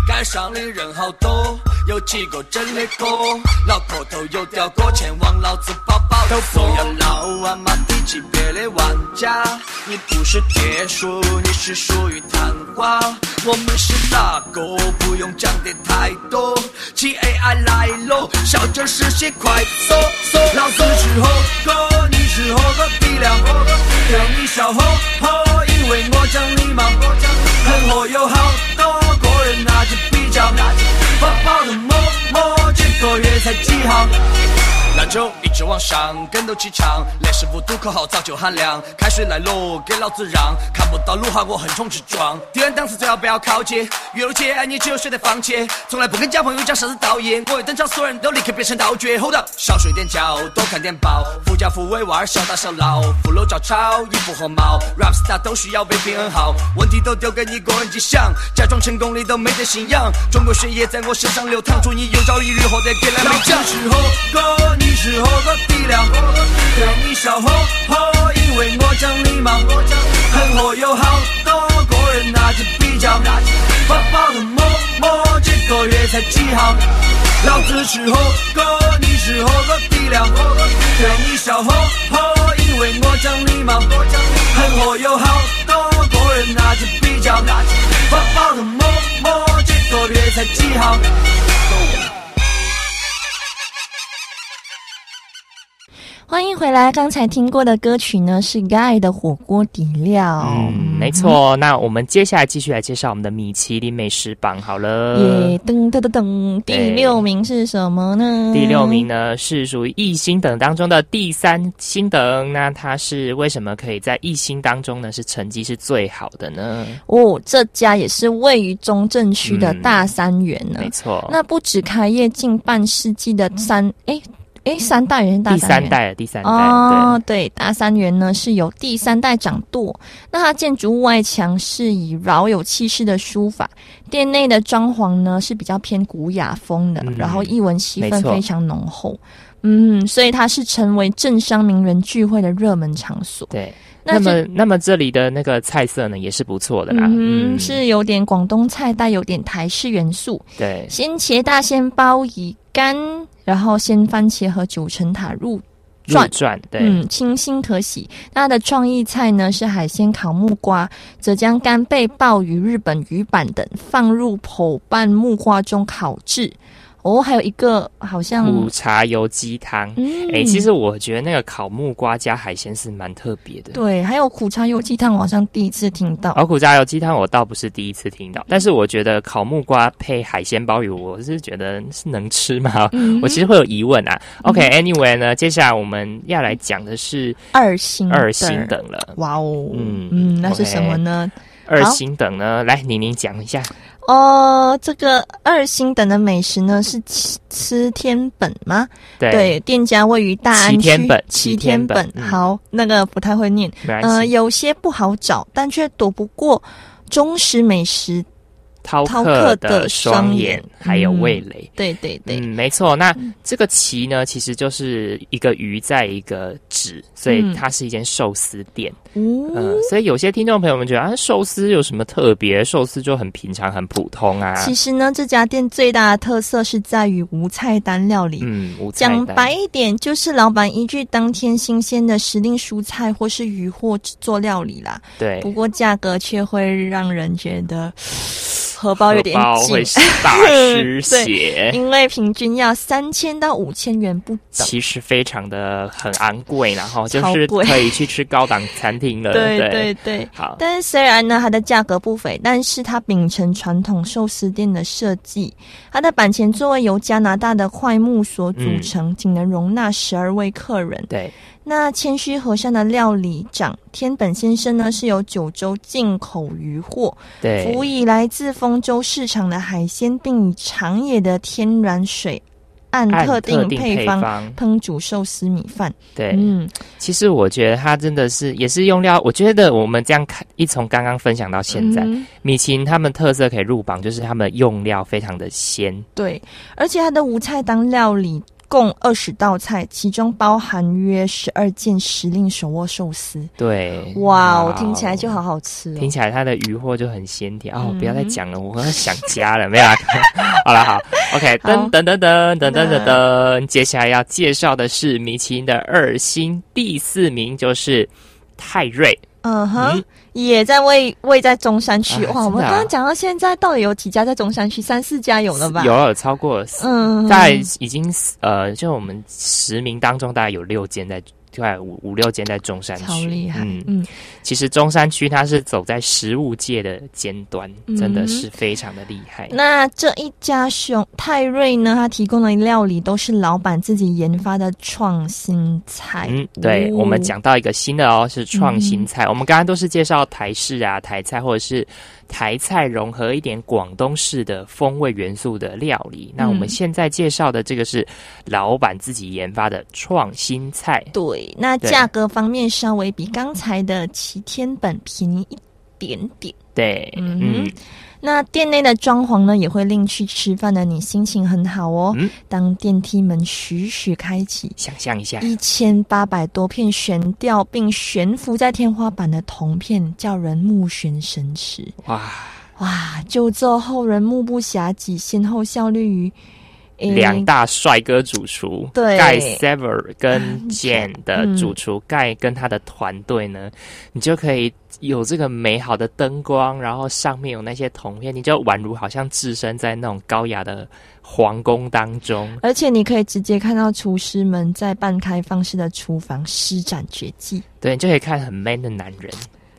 Speaker 8: 街上的人好多，有几个真的哥，脑壳头有条哥，钱往老子包包都不要老啊玩嘛低级别的玩家。你不是铁树，你是属于昙花。我们是大哥，不用讲的太多。七 AI 来喽，小酒是些快速速，老子是猴哥，你是猴哥，比两猴哥，叫你小猴猴，因为我讲礼貌，我讲很火有好多个人拿着比较，拿着抱抱的摸摸，这个月才几号？篮球一直往上，跟斗气场，练是无毒口号造就含量。开水来喽，给老子让！看不到路哈，我横冲直撞。敌人档次最好不要靠近，越入界爱你只有选择放弃。从来不跟假朋友讲啥子道义，我一登场所有人都立刻变成道具。Hold up，少睡点觉，多看点报，富家富威娃儿小打小闹，富楼照抄衣服和帽，rap star 都需要被平衡好，问题都丢给你个人去想，假装成功你都没得信仰。中国血液在我身上流淌，祝你有朝一日活得更来美酱。是火锅，你是火锅底料，对你笑呵呵，因为我讲礼貌，很火有好多个人拿着比较，发包的摸摸，这个月才几号？老子是火锅，你是火锅底料，对你笑呵呵，因为我讲礼貌，很火有好多个人拿着比较，发包的摸摸，这个月才几号？
Speaker 3: 欢迎回来，刚才听过的歌曲呢是 Guy 的火锅底料，
Speaker 4: 嗯，没错。那我们接下来继续来介绍我们的米其林美食榜好了。
Speaker 3: 耶，噔噔噔噔，第
Speaker 4: 对
Speaker 3: 六名是什么呢？
Speaker 4: 第六名呢是属于一星等当中的第三星等，那它是为什么可以在一星当中呢？是成绩是最好的呢？
Speaker 3: 哦，这家也是位于中正区的大三元呢。
Speaker 4: 嗯没错，
Speaker 3: 那不止开业近半世纪的三，哎哎，三代人是大
Speaker 4: 第
Speaker 3: 三
Speaker 4: 三
Speaker 3: 元。
Speaker 4: 代了，第三代，
Speaker 3: 哦，对，大三元呢是由第三代掌舵。那它建筑物外墙是以饶有气势的书法，店内的装潢呢是比较偏古雅风的，
Speaker 4: 嗯
Speaker 3: 然后艺文气氛
Speaker 4: 没错
Speaker 3: 非常浓厚。嗯，所以它是成为政商名人聚会的热门场所。
Speaker 4: 对对。
Speaker 3: 那
Speaker 4: 那
Speaker 3: 这
Speaker 4: 么，那么这里的那个菜色呢，也是不错的啦。
Speaker 3: 嗯哼，是有点广东菜，带有点台式元素。
Speaker 4: 对，
Speaker 3: 鲜茄大鲜鲍以干，然后鲜番茄和九层塔入
Speaker 4: 入
Speaker 3: 转。
Speaker 4: 转，对，
Speaker 3: 嗯，清新可喜。那它的创意菜呢是海鲜烤木瓜、浙江干贝、鲍鱼、日本鱼板等，放入剖拌木瓜中烤制。哦，还有一个好像，
Speaker 4: 苦茶油鸡汤。
Speaker 3: 嗯
Speaker 4: 哎、其实我觉得那个烤木瓜加海鲜是蛮特别的。
Speaker 3: 对，还有苦茶油鸡汤，我好像第一次听到。
Speaker 4: 熬苦炸油鸡汤我倒不是第一次听到，但是我觉得烤木瓜配海鲜鲍鱼，我是觉得是能吃吗？
Speaker 3: 嗯
Speaker 4: 我其实会有疑问啊。OK，Anyway、呢，接下来我们要来讲的是
Speaker 3: 二星
Speaker 4: 二星，等了。
Speaker 3: 哇哦，嗯
Speaker 4: 嗯
Speaker 3: 嗯，那是
Speaker 4: OK
Speaker 3: 什么呢？
Speaker 4: 二星等呢，来宁宁讲一下。
Speaker 3: 哦，这个二星等的美食呢是吃吃天本吗？
Speaker 4: 对，
Speaker 3: 店家位于大安区
Speaker 4: 齐天本
Speaker 3: 齐
Speaker 4: 齐
Speaker 3: 天
Speaker 4: 天本
Speaker 3: 本。
Speaker 4: 嗯
Speaker 3: 好，那个不太会念，
Speaker 4: 没
Speaker 3: 呃，
Speaker 4: 关系。
Speaker 3: 有些不好找，但却躲不过中式美食。
Speaker 4: 饕
Speaker 3: 呃饕客
Speaker 4: 客
Speaker 3: 的
Speaker 4: 的
Speaker 3: 双
Speaker 4: 双眼
Speaker 3: 眼
Speaker 4: 还有
Speaker 3: 嗯
Speaker 4: 味蕾。
Speaker 3: 对对对，
Speaker 4: 嗯，没错。那这个“旗”呢，其实就是一个鱼在一个纸，所以
Speaker 3: 嗯
Speaker 4: 它是一间寿司店。
Speaker 3: 嗯，
Speaker 4: 呃，所以有些听众朋友们觉得啊，寿司有什么特别？寿司就很平常、很普通啊。
Speaker 3: 其实呢，这家店最大的特色是在于无菜单料理。
Speaker 4: 嗯，无菜
Speaker 3: 讲
Speaker 4: 单
Speaker 3: 白一点，就是老板依据当天新鲜的时令蔬菜或是鱼货制作料理啦。
Speaker 4: 对
Speaker 3: 不，过价格却会让人觉得荷包有点
Speaker 4: 荷包会
Speaker 3: 紧，
Speaker 4: 大 失血，
Speaker 3: 因为平均要三千到五千元不等。
Speaker 4: 其实非常的很昂贵，然后就
Speaker 3: 超
Speaker 4: 是
Speaker 3: 贵
Speaker 4: 可以去吃高档餐厅了。
Speaker 3: 对
Speaker 4: 对
Speaker 3: 对对。
Speaker 4: 好，
Speaker 3: 但虽然呢，它的价格不菲，但是它秉承传统寿司店的设计，它的板前座位由加拿大的块木所组成，仅能容纳十二位客人。
Speaker 4: 对，
Speaker 3: 那谦虚和善的料理长天本先生呢，是由九州进口鱼货，
Speaker 4: 对，
Speaker 3: 辅以来自丰州市场的海鲜，并以长野的天然水按
Speaker 4: 按
Speaker 3: 特定
Speaker 4: 定
Speaker 3: 配
Speaker 4: 配
Speaker 3: 方
Speaker 4: 方
Speaker 3: 烹煮寿司米饭。
Speaker 4: 对，
Speaker 3: 嗯，
Speaker 4: 其实我觉得它真的是也是用料，我觉得我们这样看，一从刚刚分享到现在，
Speaker 3: 嗯
Speaker 4: 米其林他们特色可以入榜，就是他们用料非常的鲜，
Speaker 3: 对，而且它的无菜单料理共二十道菜，其中包含约十二件时令手握寿司。
Speaker 4: 对，
Speaker 3: 哇哦
Speaker 4: 哇，哦
Speaker 3: 听起来就好好吃哦
Speaker 4: 听。起来它的鱼货就很鲜甜哦！
Speaker 3: 嗯
Speaker 4: 不要再讲了，我想家了，没有啦。啊 好了，好，OK，
Speaker 3: 好
Speaker 4: 噔噔噔噔噔噔噔噔，接下来要介绍的是米其林的二星，第四名就是泰瑞。
Speaker 3: 嗯哼
Speaker 4: 嗯，
Speaker 3: 也在位位在中山区。
Speaker 4: 啊
Speaker 3: 哇，我们
Speaker 4: 真的啊
Speaker 3: 刚刚讲到现在，到底有几家在中山区？三四家有了吧？
Speaker 4: 有有超过四
Speaker 3: 嗯，
Speaker 4: 呃大概已经呃，就我们十名当中，大概有六间在快五五六间在中山区，
Speaker 3: 超厉害，
Speaker 4: 嗯，
Speaker 3: 嗯，
Speaker 4: 其实中山区它是走在食物界的尖端，
Speaker 3: 嗯
Speaker 4: 真的是非常的厉害。
Speaker 3: 那这一家熊泰瑞呢，它提供的料理都是老板自己研发的创新菜。
Speaker 4: 嗯，对，
Speaker 3: 哦嗯
Speaker 4: 我们讲到一个新的哦，是创新菜。我们刚刚都是介绍台式啊、台菜，或者是台菜融合一点广东式的风味元素的料理。那我
Speaker 3: 嗯
Speaker 4: 们现在介绍的这个是老板自己研发的创新菜，
Speaker 3: 对，那
Speaker 4: 对
Speaker 3: 价格方面稍微比刚才的齐天本便宜一点点。
Speaker 4: 对，
Speaker 3: 嗯那店内的装潢呢，也会令去吃饭的你心情很好哦。
Speaker 4: 嗯
Speaker 3: 当电梯门徐徐开启，
Speaker 4: 想象一下，
Speaker 3: 一千八百多片悬吊并悬浮在天花板的铜片，叫人目眩神驰。
Speaker 4: 哇，
Speaker 3: 哇，就奏后人目不暇给，先后效力于诶
Speaker 4: 两大帅哥主厨，
Speaker 3: 嗯对啊
Speaker 4: 盖 Sever 跟 Jane 的
Speaker 3: 嗯
Speaker 4: 主厨盖跟他的团队呢，你就可以有这个美好的灯光，然后上面有那些铜片，你就宛如好像置身在那种高雅的皇宫当中。
Speaker 3: 而且你可以直接看到厨师们在半开放式的厨房施展绝技。
Speaker 4: 对，你就可以看很 man 的男人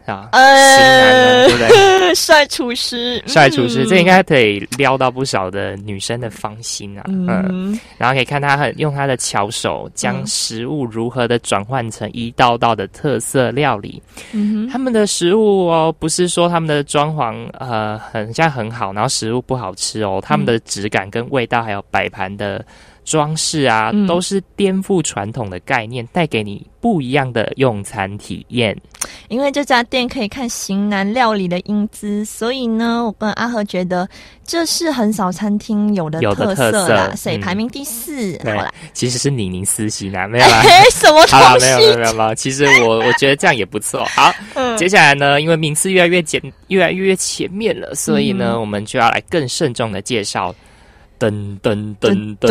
Speaker 4: 啊，
Speaker 3: 呃
Speaker 4: 型男嘛，对不对？
Speaker 3: 帅厨师，
Speaker 4: 帅厨师，这嗯应该可以撩到不少的女生的芳心啊。嗯
Speaker 3: 嗯，
Speaker 4: 然后可以看他很用他的巧手将食物如何的转换成一道道的特色料理。
Speaker 3: 嗯哼
Speaker 4: 他们的食物哦，不是说他们的装潢呃很像很好，然后食物不好吃哦，他们的质感跟味道还有摆盘的装饰啊，
Speaker 3: 嗯
Speaker 4: 都是颠覆传统的概念，带给你不一样的用餐体验。
Speaker 3: 因为这家店可以看型男料理的英姿，所以呢，我跟阿和觉得这是很少餐厅有的
Speaker 4: 有的
Speaker 3: 特色
Speaker 4: 特
Speaker 3: 啦，
Speaker 4: 色
Speaker 3: 所以
Speaker 4: 嗯
Speaker 3: 排名第四。
Speaker 4: 对
Speaker 3: 好啦，
Speaker 4: 其实是你宁私心啊，没有 啦。
Speaker 3: 哎，什么
Speaker 4: 好啦，
Speaker 3: 东
Speaker 4: 没有没有
Speaker 3: 西？
Speaker 4: 没有没有，其实我我觉得这样也不错。好，接下来呢，因为名次越来越简，越来越前面了，所以呢，我们就要来更慎重的介绍。噔噔噔噔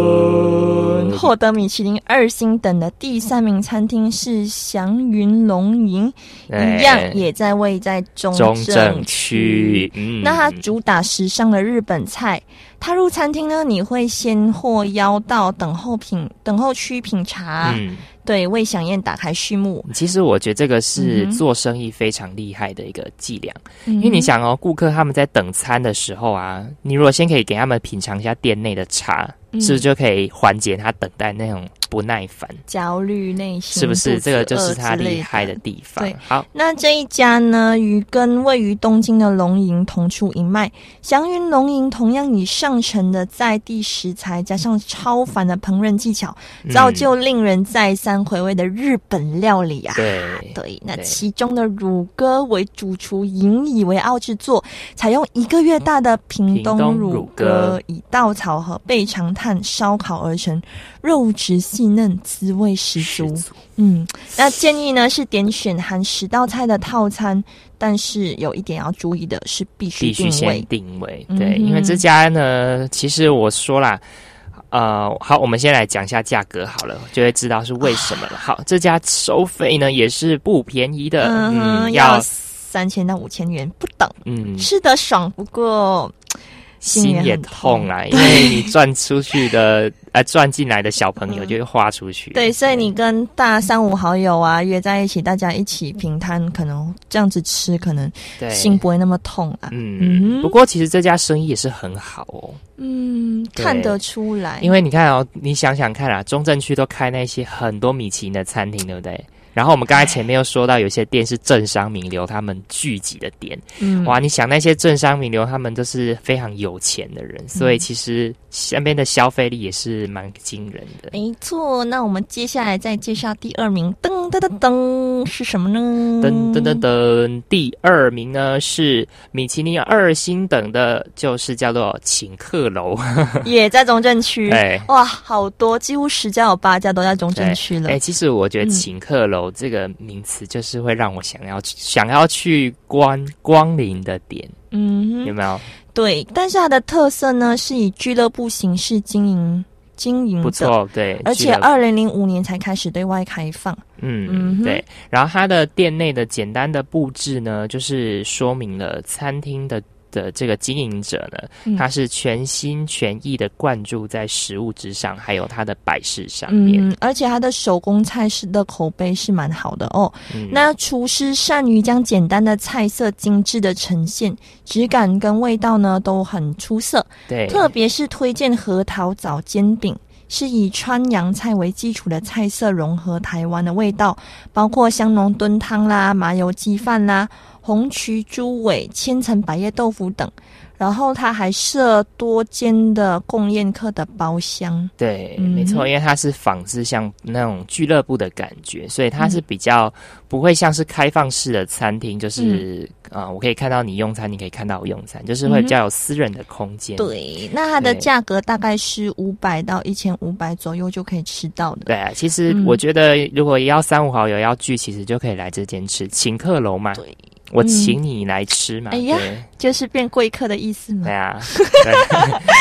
Speaker 4: 噔，
Speaker 3: 获得米其林二星等的第三名餐厅是祥云龙吟，
Speaker 4: 哎
Speaker 3: 一样也在位在中
Speaker 4: 中
Speaker 3: 正
Speaker 4: 正区。嗯
Speaker 3: 那它主打时尚的日本菜，踏入餐厅呢，你会先获邀到等候品等候区品茶，
Speaker 4: 嗯，
Speaker 3: 对，为飨宴打开序幕。
Speaker 4: 其实我觉得这个是
Speaker 3: 嗯哼嗯
Speaker 4: 做生意非常厉害的一个伎俩，因为你想哦，顾客他们在等餐的时候啊，你如果先可以给他们品尝一下店内的茶，
Speaker 3: 嗯
Speaker 4: 是不是就可以缓解他等待那种不耐烦？
Speaker 3: 焦虑内心，
Speaker 4: 是不是？这个
Speaker 3: 肚
Speaker 4: 就
Speaker 3: 子饿
Speaker 4: 是他
Speaker 3: 之类
Speaker 4: 厉害的。地方
Speaker 3: 对。
Speaker 4: 好，
Speaker 3: 那这一家呢，与跟位于东京的龙吟同出一脉，祥云龙吟同样以上乘的在地食材加上超凡的烹饪技巧，
Speaker 4: 嗯
Speaker 3: 造就令人再三回味的日本料理啊！
Speaker 4: 对
Speaker 3: 对，那
Speaker 4: 对
Speaker 3: 其中的乳鸽为主厨引以为傲之作，采用一个月大的屏东乳
Speaker 4: 嗯屏东乳鸽
Speaker 3: 鸽，以稻草和备长炭烧烤而成，肉质细嫩，滋味十足。
Speaker 4: 十足
Speaker 3: 嗯，那建议呢是点选含十道菜的套餐，但是有一点要注意的是，必须
Speaker 4: 必须
Speaker 3: 定
Speaker 4: 先
Speaker 3: 位。
Speaker 4: 定位。
Speaker 3: 嗯
Speaker 4: 对，因为这家呢，其实我说啦。呃，好，我们先来讲一下价格好了，就会知道是为什
Speaker 3: 啊
Speaker 4: 么了。好，这家收费呢也是不便宜的，
Speaker 3: 嗯哼，要
Speaker 4: 要
Speaker 3: 三千到五千元不等，
Speaker 4: 嗯
Speaker 3: 吃得爽，不过心
Speaker 4: 心
Speaker 3: 也
Speaker 4: 也
Speaker 3: 很
Speaker 4: 痛
Speaker 3: 痛
Speaker 4: 啊，因为你赚出去的呃赚进来的小朋友就会花出去，
Speaker 3: 嗯对，所以你跟大三五好友啊约在一起，大家一起平摊，可能这样子吃，可能
Speaker 4: 对
Speaker 3: 心不会那么痛啊。
Speaker 4: 嗯，
Speaker 3: 嗯
Speaker 4: 不过其实这家生意也是很好哦，
Speaker 3: 嗯，
Speaker 4: 对
Speaker 3: 看得出来，
Speaker 4: 因为你看哦，你想想看啊，中正区都开那些很多米其林的餐厅，对不对？然后我们刚才前面又说到，有些店是政商名流他们聚集的店，
Speaker 3: 嗯
Speaker 4: 哇！你想那些政商名流，他们都是非常有钱的
Speaker 3: 嗯
Speaker 4: 人，所以其实身边的消费力也是蛮惊人的。
Speaker 3: 没错。那我们接下来再介绍第二名，噔噔噔噔是什么呢？
Speaker 4: 噔噔噔噔，第二名呢是米其林二星等的，就是叫做请客楼，
Speaker 3: 也在中正区。
Speaker 4: 哎。
Speaker 3: 哇，好多，几乎十家有八家都在中正区了
Speaker 4: 哎、。其实我觉得
Speaker 3: 嗯
Speaker 4: “请客楼”这个名词，就是会让我想要去、想要去光光临的点，
Speaker 3: 嗯
Speaker 4: 有
Speaker 3: 哼，
Speaker 4: 没有？
Speaker 3: 对。但是它的特色呢，是以俱乐部形式经营经营
Speaker 4: 不
Speaker 3: 的，
Speaker 4: 错，对，
Speaker 3: 嗯而
Speaker 4: 俱
Speaker 3: 且
Speaker 4: 乐部
Speaker 3: 二零零五年才开始对外开放。嗯
Speaker 4: 嗯，
Speaker 3: 哼
Speaker 4: 对。然后它的店内的简单的布置呢，就是说明了餐厅的。的这个经营者呢，
Speaker 3: 嗯
Speaker 4: 他是全心全意的灌注在食物之上，还有它的摆饰上面。
Speaker 3: 嗯，而且他的手工菜式的口碑是蛮好的哦。
Speaker 4: 嗯
Speaker 3: 那厨师善于将简单的菜色精致的呈现，质感跟味道呢都很出色。
Speaker 4: 对，
Speaker 3: 特别是推荐核桃枣煎饼，是以川洋菜为基础的菜色，融合台湾的味道，包括香浓炖汤啦、麻油鸡饭啦、红曲猪尾、千层百叶豆腐等。然后它还设多间的供宴客的包厢，
Speaker 4: 对，
Speaker 3: 嗯
Speaker 4: 没错，因为它是仿制像那种俱乐部的感觉，所以它
Speaker 3: 嗯
Speaker 4: 是比较不会像是开放式的餐厅，就是
Speaker 3: 嗯
Speaker 4: 啊、呃我可以看到你用餐，你可以看到我用餐，就是会比较有私人的空间。
Speaker 3: 对，那它的
Speaker 4: 对
Speaker 3: 价格大概是五百到一千五百左右就可以吃到的。
Speaker 4: 对啊，其实
Speaker 3: 嗯
Speaker 4: 我觉得如果要三五好友要聚，其实就可以来这间吃，请客楼嘛。
Speaker 3: 对，
Speaker 4: 我请你来吃嘛。
Speaker 3: 哎呀
Speaker 4: 对，
Speaker 3: 就是变贵客的意思吗
Speaker 4: 对？ 啊，对，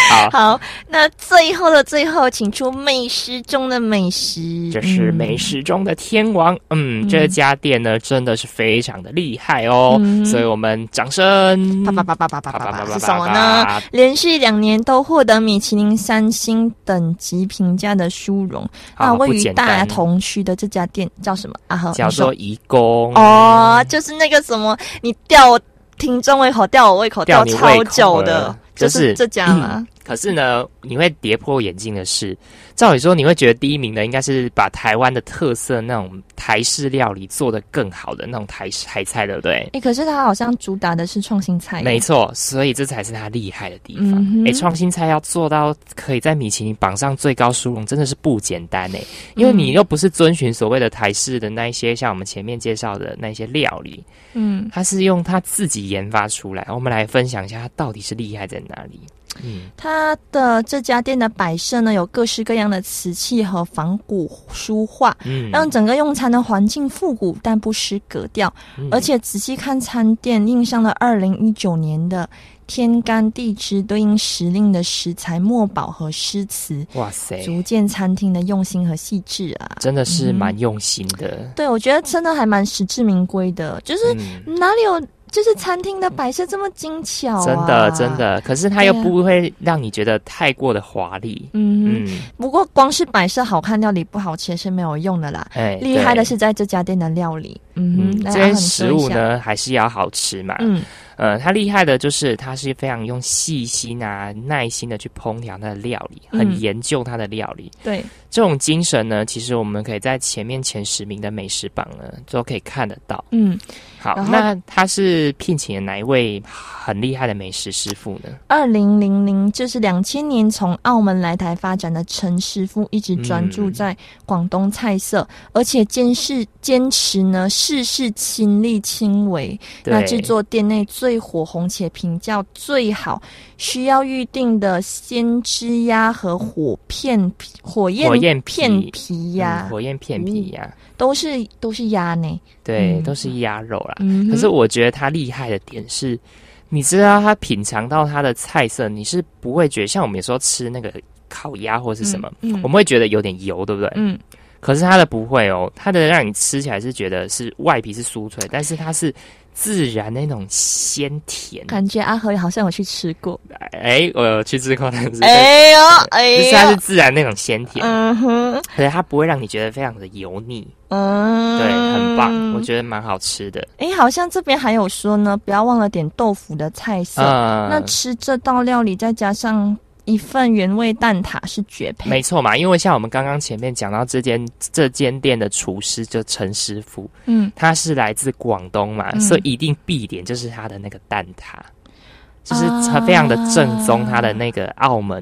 Speaker 4: 好，
Speaker 3: 好，那最后的最后，请出美食中的美食，
Speaker 4: 这是美食中的天王，嗯，这家店呢真的是非常的厉害哦，所以我们掌声，
Speaker 3: 嗯嗯。啪啪啪啪啪啪
Speaker 4: 啪
Speaker 3: 啪
Speaker 4: 啪
Speaker 3: 啪
Speaker 4: 啪
Speaker 3: 是什么呢？啊
Speaker 4: 啪？
Speaker 3: 连续两年都获得米其林三星等级评价的殊荣。
Speaker 4: 好
Speaker 3: 那位
Speaker 4: 不
Speaker 3: 于
Speaker 4: 简
Speaker 3: 大
Speaker 4: 单
Speaker 3: 同区的这家店叫什么？啊，好
Speaker 4: 叫
Speaker 3: 你说
Speaker 4: 做移工，
Speaker 3: 哦，就是那个什么，你吊我听众胃口，吊我胃口，
Speaker 4: 吊你胃
Speaker 3: 超
Speaker 4: 口
Speaker 3: 久的
Speaker 4: 了，
Speaker 3: 就
Speaker 4: 就是是
Speaker 3: 这家嘛。
Speaker 4: 可是呢，你会跌破眼镜的是，照理说你会觉得第一名的应该是把台湾的特色那种台式料理做得更好的那种台式台菜，对不对？
Speaker 3: 哎，可是它好像主打的是创新菜，
Speaker 4: 没错，所以这才是它厉害的地方
Speaker 3: 哎嗯。哼
Speaker 4: 哎、创新菜要做到可以在米其林榜上最高殊荣，真的是不简单哎、因为你又不是遵循所谓的台式的那一些，像我们前面介绍的那些料理，
Speaker 3: 嗯，
Speaker 4: 它是用它自己研发出来。我们来分享一下它到底是厉害在哪里。嗯，
Speaker 3: 它的这家店的摆设呢，有各式各样的瓷器和仿古书画，
Speaker 4: 嗯
Speaker 3: 让整个用餐的环境复古但不失格调。
Speaker 4: 嗯
Speaker 3: 而且仔细看餐店，印上了二零一九年的天干地支对应时令的食材墨宝和诗词，
Speaker 4: 哇塞，
Speaker 3: 足见餐厅的用心和细致啊！
Speaker 4: 真的是蛮用心的。
Speaker 3: 对，我觉得真的还蛮实至名归的，就是
Speaker 4: 嗯
Speaker 3: 哪里有就是餐厅的摆设这么精巧、啊，
Speaker 4: 真的，真。的，可是它又
Speaker 3: 对啊
Speaker 4: 不会让你觉得太过的华丽。
Speaker 3: 嗯，
Speaker 4: 嗯，
Speaker 3: 不过光是摆设好看，料理不好吃是没有用的啦。
Speaker 4: 哎、
Speaker 3: 厉害的
Speaker 4: 对
Speaker 3: 是在这家店的料理，嗯
Speaker 4: 嗯
Speaker 3: 哼，，来
Speaker 4: 这些
Speaker 3: 阿恒说
Speaker 4: 食
Speaker 3: 一
Speaker 4: 物
Speaker 3: 下，
Speaker 4: 呢还是要好吃嘛。
Speaker 3: 啊嗯
Speaker 4: 呃，它厉害的就是它是非常用细心啊、耐心的去烹调它的料理，很
Speaker 3: 嗯
Speaker 4: 研究它的料理。
Speaker 3: 对，
Speaker 4: 这种精神呢，其实我们可以在前面前十名的美食榜呢都可以看得到。
Speaker 3: 嗯，
Speaker 4: 好，
Speaker 3: 然后
Speaker 4: 那他是聘请了哪一位很厉害的美食师傅呢？
Speaker 3: 二零零零就是两千年从澳门来台发展的陈师傅，一直专注
Speaker 4: 嗯
Speaker 3: 在广东菜色，而且坚持坚持呢事事亲力亲为，那
Speaker 4: 对
Speaker 3: 制作店内最火红且评价最好，需要预定的鲜汁鸭和火片皮火焰
Speaker 4: 火焰皮
Speaker 3: 片皮
Speaker 4: 嗯
Speaker 3: 鸭、
Speaker 4: 火焰片皮呀、
Speaker 3: 都是都是鸭呢，
Speaker 4: 对，
Speaker 3: 嗯
Speaker 4: 都是鸭肉啦。
Speaker 3: 嗯哼
Speaker 4: 可是我觉得它厉害的点是，你知道它品尝到它的菜色，你是不会觉得像我们有时候吃那个烤鸭或是什么，
Speaker 3: 嗯嗯
Speaker 4: 我们会觉得有点油，对不对？
Speaker 3: 嗯，
Speaker 4: 可是它的不会哦，它的让你吃起来是觉得是外皮是酥脆，但是它是自然那种鲜甜。
Speaker 3: 感觉阿和好像有去吃过，
Speaker 4: 哎，我有去吃过，但是、
Speaker 3: 哎呦哎
Speaker 4: 就是它是
Speaker 3: 呦，
Speaker 4: 自然那种鲜甜，
Speaker 3: 嗯哼，
Speaker 4: 可是它不会让你觉得非常的油腻，
Speaker 3: 嗯，
Speaker 4: 对，很棒，我觉得蛮好吃的。
Speaker 3: 诶，好像这边还有说呢，不要忘了点豆腐的菜色。
Speaker 4: 嗯，
Speaker 3: 那吃这道料理，再加上一份原味蛋挞是绝配。
Speaker 4: 没错嘛，因为像我们刚刚前面讲到这间这间店的厨师就陈师傅，
Speaker 3: 嗯，
Speaker 4: 他是来自广东嘛，
Speaker 3: 嗯
Speaker 4: 所以一定必点就是他的那个蛋挞，就是他非常的正宗，
Speaker 3: 啊
Speaker 4: 他的那个澳门、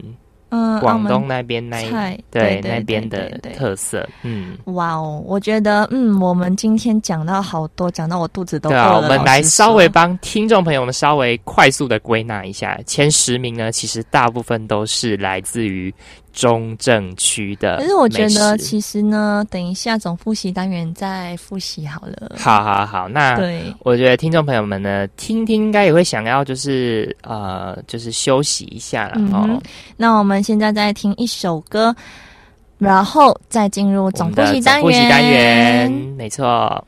Speaker 3: 嗯，澳
Speaker 4: 广
Speaker 3: 门
Speaker 4: 东那边那一
Speaker 3: 菜对
Speaker 4: 对
Speaker 3: 对
Speaker 4: 那边
Speaker 3: 对
Speaker 4: 的
Speaker 3: 对对
Speaker 4: 特色，嗯。
Speaker 3: 哇哦，我觉得嗯，我们今天讲到好多，讲到我肚子都饿
Speaker 4: 对
Speaker 3: 了。
Speaker 4: 啊，我们
Speaker 3: 老
Speaker 4: 来
Speaker 3: 实
Speaker 4: 稍微
Speaker 3: 说
Speaker 4: 帮听众朋友们稍微快速的归纳一下，前十名呢，其实大部分都是来自于中正区的
Speaker 3: 可
Speaker 4: 美食。
Speaker 3: 是我觉得，其实呢，等一下总复习单元再复习好了。
Speaker 4: 好啊好好，那
Speaker 3: 对，
Speaker 4: 我觉得听众朋友们呢，听听应该也会想要就是呃，就是休息一下了
Speaker 3: 嗯
Speaker 4: 哦。
Speaker 3: 哼那我们现在再听一首歌，然后再进入
Speaker 4: 我
Speaker 3: 总
Speaker 4: 们
Speaker 3: 复
Speaker 4: 的
Speaker 3: 习
Speaker 4: 总
Speaker 3: 单
Speaker 4: 复习
Speaker 3: 元。
Speaker 4: 单元，没错。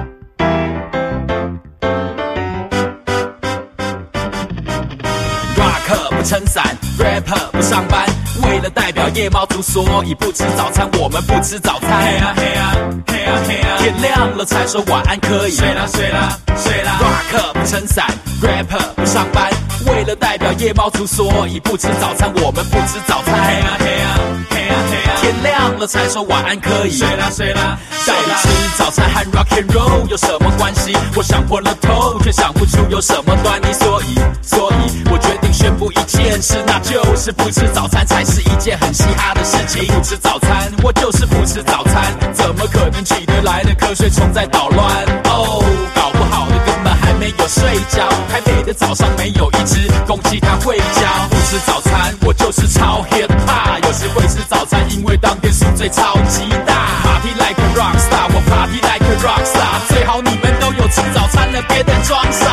Speaker 1: 「
Speaker 9: 能代表夜猫族，所以不吃早餐，我们不吃早餐。嘿啊嘿啊嘿啊嘿啊，天亮了才说晚安可以。睡啦睡啦睡啦，rock 不撑伞，rapper 不上班，为了代表夜猫族，所以不吃早餐，我们不吃早餐。嘿啊嘿啊嘿啊嘿啊，天亮了才说晚安可以。睡啦睡啦睡啦，吃早餐和 rock and roll 有什么关系？我想破了头，却想不出有什么端倪，所以所以我决定宣布一件事，那就是不吃早餐才是一件很嘻哈的事情。不吃早餐，我就是不吃早餐，怎么可能起得来的瞌睡虫在捣乱？哦，搞不好的根本还没有睡觉，台北的早上没有一只公鸡它会叫。不吃早餐，我就是超 hip hop，有时会吃早餐，因为当天宿醉超级大。Party like a rock star，我 party like a rock star，最好你们都有吃早餐了，别再装傻。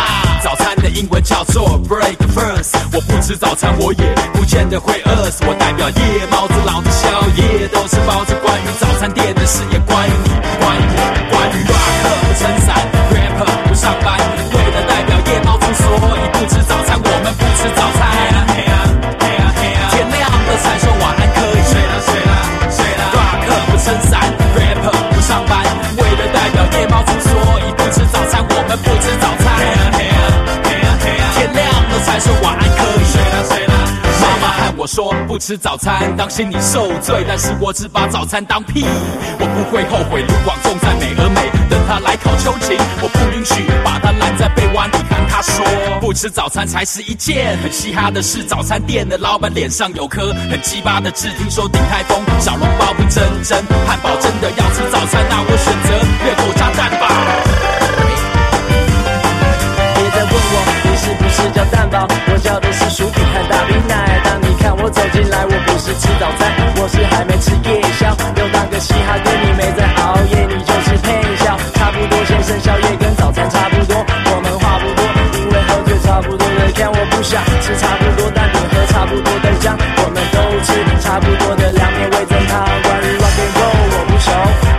Speaker 9: 早餐的英文叫做 breakfast，我不吃早餐，我也不见得会饿死。我代表夜猫子，老子宵夜都是包子。关于早餐店的事，也关于你，关于我，关于 rock 不撑伞，rapper 不上班，为了代表夜猫子，所以不吃早餐，我们不吃早餐。嘿啊嘿啊嘿啊，天亮了才说晚安可以。睡啦睡啦睡啦，rock 不撑伞，rapper 不上班，为了代表夜猫子，所以不吃早餐，我们不吃早餐。嘿啊嘿啊嘿啊嘿啊，天亮了才说晚安可以。睡啦睡啦。妈妈和我说不吃早餐，当心你受罪。但是我只把早餐当屁，我不会后悔。卢广仲在美而美，等他来考秋瑾，我不允许把他拦在被窝里看他说。不吃早餐才是一件很嘻哈的事。早餐店的老板脸上有颗很鸡巴的痣，听说鼎泰丰小笼包不真真，汉堡真的要吃早餐，那我选择热狗加蛋堡。
Speaker 10: 别再问我你是不是叫蛋堡，我叫的是薯饼和大冰奶。当你看我走进来，我不是吃早餐，我是还没吃夜宵。又当个嘻哈哥，你没在熬夜，你就是配角。差不多先生，宵夜跟早餐差不多，我们话不多，因为喝醉差不多的量，我不想吃差不多，但你喝差不多的姜，我们都吃差不多的凉面味增汤。关于 rock and roll 我不熟，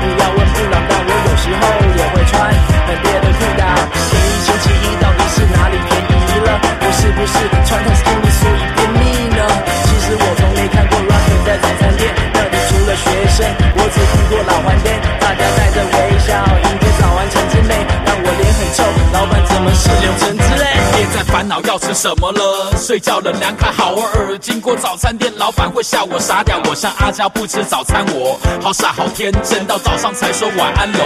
Speaker 10: 你要问布朗，但我有时候也会穿很别的裤裆。便宜星期一到底是哪里便宜了？我是不是穿太 skinny 所以便秘呢？其实我从没看过 rock 在早餐店，那里除了学生，我只听过老顽童，大家带着微笑迎接早安晨之美，让我脸很臭，老板怎么是柳橙之类？
Speaker 9: 别再烦恼要吃什么了，睡觉了凉快好耳。经过早餐店，老板会笑我傻屌，我像阿娇不吃早餐，我好傻好天真，到早上才说晚安喽。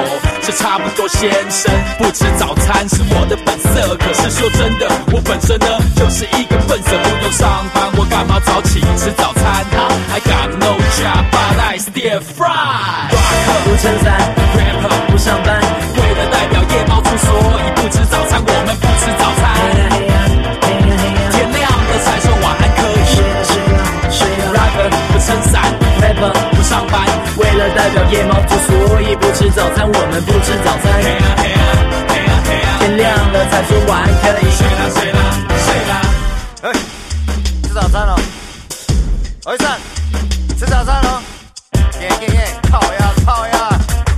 Speaker 9: 这差不多先生，不吃早餐是我的本色，可是说真的，我本身呢就是一个笨色，不用上班我干嘛早起吃早餐哈、i got no job but I still fry。Rock
Speaker 10: 不撑伞
Speaker 9: rapper
Speaker 10: 不上班。
Speaker 9: 为了代表夜猫族，所以不吃早餐，我们不吃早餐。天亮了才说晚安可以。Rapper 不撑伞不上班，
Speaker 10: 为了代表夜猫族，所以不吃早餐，我们不吃早餐。
Speaker 9: 嘿呀嘿呀嘿呀嘿呀，
Speaker 10: 天亮了才说晚安可以。
Speaker 9: 睡啦睡啦睡啦。
Speaker 8: 哎，吃早餐喽！儿子，吃早餐喽！耶耶耶，烤呀烤呀，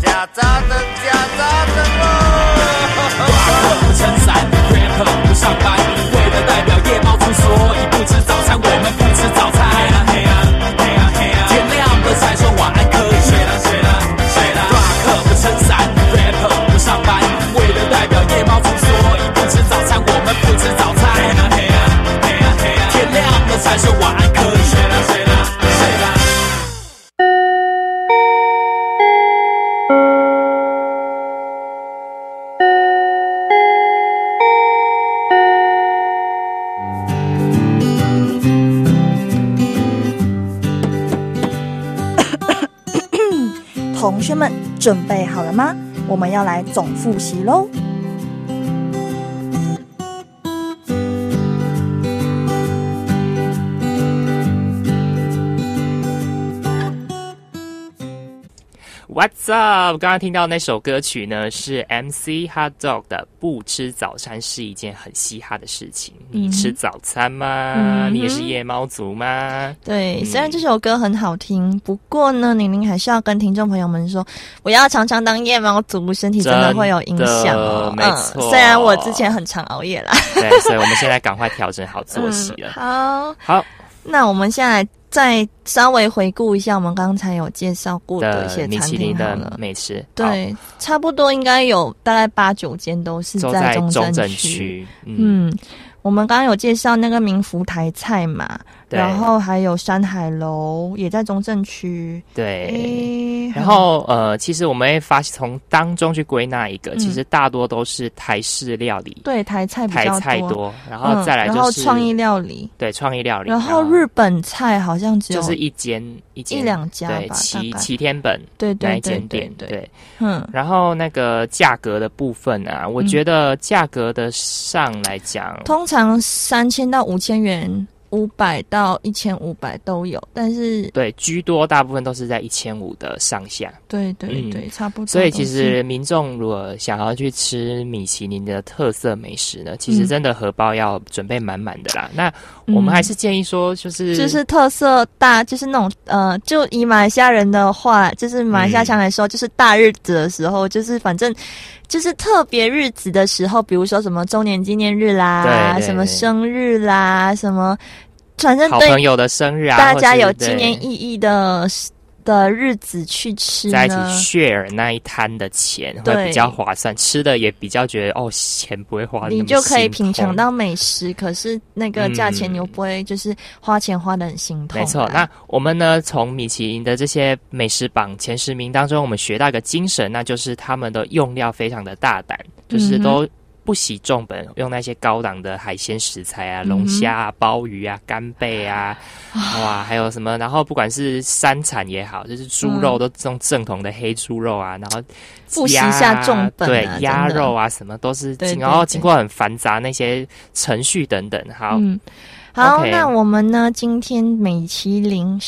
Speaker 8: 假炸的假炸的喽！
Speaker 9: Rapper 不撑伞，Rapper 不上班，为了代表夜猫族，所以不吃早餐，我们不吃早餐。嘿呀嘿呀嘿呀嘿呀，天亮了才说晚安可以。睡啦睡啦睡啦，Rapper 不撑伞，Rapper 不上班，为了代表夜猫族，所以不吃早餐，我们不吃早餐。嘿呀嘿呀嘿呀嘿呀，天亮了才说晚安可以。睡啦睡啦睡啦。
Speaker 5: 同学们准备好了吗？我们要来总复习喽。
Speaker 4: What's up？刚刚听到那首歌曲呢，是 MC Hot Dog 的《不吃早餐是一件很嘻哈的事情》。你吃早餐吗？
Speaker 3: 嗯哼
Speaker 4: 你也是夜猫族 吗？
Speaker 3: 对，
Speaker 4: 嗯
Speaker 3: 虽然这首歌很好听，不过呢，玲玲还是要跟听众朋友们说，不要常常当夜猫族，身体真的会有影响哦。
Speaker 4: 真的没错
Speaker 3: 嗯，虽然我之前很常熬夜啦。
Speaker 4: 对，所以我们现在赶快调整好作息了。
Speaker 3: 好，
Speaker 4: 好，
Speaker 3: 那我们现在再稍微回顾一下我们刚才有介绍过的一些
Speaker 4: 的呃米
Speaker 3: 餐
Speaker 4: 其
Speaker 3: 厅
Speaker 4: 林
Speaker 3: 好
Speaker 4: 的
Speaker 3: 了。
Speaker 4: 美食，好
Speaker 3: 对，差不多应该有大概八九间都是
Speaker 4: 都
Speaker 3: 在
Speaker 4: 在中
Speaker 3: 正
Speaker 4: 正。区，嗯，
Speaker 3: 嗯，我们刚刚有介绍那个民福台菜嘛，
Speaker 4: 对
Speaker 3: 然后还有山海楼也在中正区。
Speaker 4: 对。
Speaker 3: 诶
Speaker 4: 然后呃，其实我们会发从当中去归纳一个，
Speaker 3: 嗯
Speaker 4: 其实大多都是台式料理，
Speaker 3: 对台菜比
Speaker 4: 台
Speaker 3: 较
Speaker 4: 菜多，然后再来
Speaker 3: 嗯、然
Speaker 4: 就
Speaker 3: 后
Speaker 4: 是
Speaker 3: 创意料理，
Speaker 4: 对创意料理，
Speaker 3: 然后日本菜好像只有
Speaker 4: 就是一间一间
Speaker 3: 一两家
Speaker 4: 对
Speaker 3: 吧
Speaker 4: 齐
Speaker 3: 大概
Speaker 4: 齐天本
Speaker 3: 对
Speaker 4: 那
Speaker 3: 对
Speaker 4: 一
Speaker 3: 对
Speaker 4: 间
Speaker 3: 对
Speaker 4: 店，
Speaker 3: 对，嗯
Speaker 4: 然后那个价格的部分啊，我
Speaker 3: 嗯
Speaker 4: 觉得价格的上来讲，
Speaker 3: 通常三千到五千元，五百到一千五百都有，但是
Speaker 4: 对居多大部分都是在一千五的上下。
Speaker 3: 对对
Speaker 4: 嗯
Speaker 3: 对，差不多都是。
Speaker 4: 所以其实民众如果想要去吃米其林的特色美食呢，其实
Speaker 3: 嗯
Speaker 4: 真的荷包要准备满满的啦。那我们
Speaker 3: 嗯
Speaker 4: 还是建议说，就是
Speaker 3: 就是特色大，就是那种呃，就以马来西亚人的话，就是马来西亚腔来说，就是大日子的时候，就是反正就是特别日子的时候，比如说什么周年纪念日啦，
Speaker 4: 对对
Speaker 3: 什么
Speaker 4: 对
Speaker 3: 生日啦，什么，反正
Speaker 4: 好
Speaker 3: 对
Speaker 4: 朋友的生日啊，
Speaker 3: 大家
Speaker 4: 或是
Speaker 3: 有纪念
Speaker 4: 对
Speaker 3: 意义的的日子去吃
Speaker 4: 在一起
Speaker 3: 呢。
Speaker 4: share 那一摊的钱会
Speaker 3: 对
Speaker 4: 比较划算，吃的也比较觉得哦，钱不会花那么
Speaker 3: 你就可以
Speaker 4: 心
Speaker 3: 品尝
Speaker 4: 痛
Speaker 3: 到美食，可是那个价钱
Speaker 4: 嗯
Speaker 3: 你又不会就是花钱花的很心痛啊、
Speaker 4: 没错，那我们呢，从米其林的这些美食榜前十名当中，我们学到一个精神，那就是他们的用料非常的大胆，就是
Speaker 3: 嗯
Speaker 4: 都不惜重本，用那些高档的海鲜食材啊，
Speaker 3: 嗯哼
Speaker 4: 龙虾啊、鲍鱼啊、干 贝啊，哇，还有什么？然后不管是山产也好，就是猪肉都用正统的黑猪肉啊，然后
Speaker 3: 不惜
Speaker 4: 鸭
Speaker 3: 下重本啊
Speaker 4: 对，鸭
Speaker 3: 真的
Speaker 4: 肉啊，什么都是经，
Speaker 3: 对对
Speaker 4: 然后
Speaker 3: 对
Speaker 4: 经过很繁杂那些程序等等，好，
Speaker 3: 嗯，好
Speaker 4: OK
Speaker 3: 那我们呢？今天美其林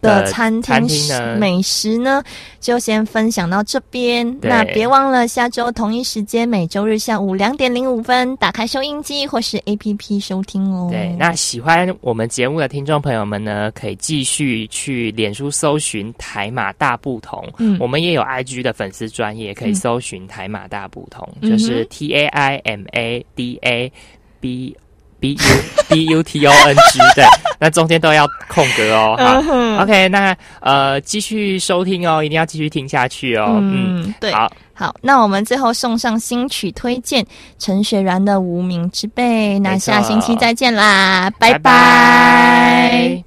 Speaker 4: 的
Speaker 3: 的餐
Speaker 4: 餐
Speaker 3: 厅
Speaker 4: 厅呢
Speaker 3: 美食呢，就先分享到这边。
Speaker 4: 对
Speaker 3: 那别忘了下周同一时间，每周日下午两点零五分，打开收音机或是 APP 收听哦。
Speaker 4: 对，那喜欢我们节目的听众朋友们呢，可以继续去脸书搜寻“台马大不同”，
Speaker 3: 嗯
Speaker 4: 我们也有 IG 的粉丝专业，可以
Speaker 3: 嗯
Speaker 4: 搜寻“台马大不同”，
Speaker 3: 嗯哼
Speaker 4: 就是 T A I M A D A B B U B U T O N G，对， 那中间都要空格哦。
Speaker 3: 嗯
Speaker 4: 好，OK，那呃，继续收听哦，一定要继续听下去哦。嗯，
Speaker 3: 嗯，对。
Speaker 4: 好，
Speaker 3: 好，那我们最后送上新曲推荐陈雪然的《无名之辈》，那
Speaker 4: 没错
Speaker 3: 下星期再见啦，拜拜
Speaker 4: 拜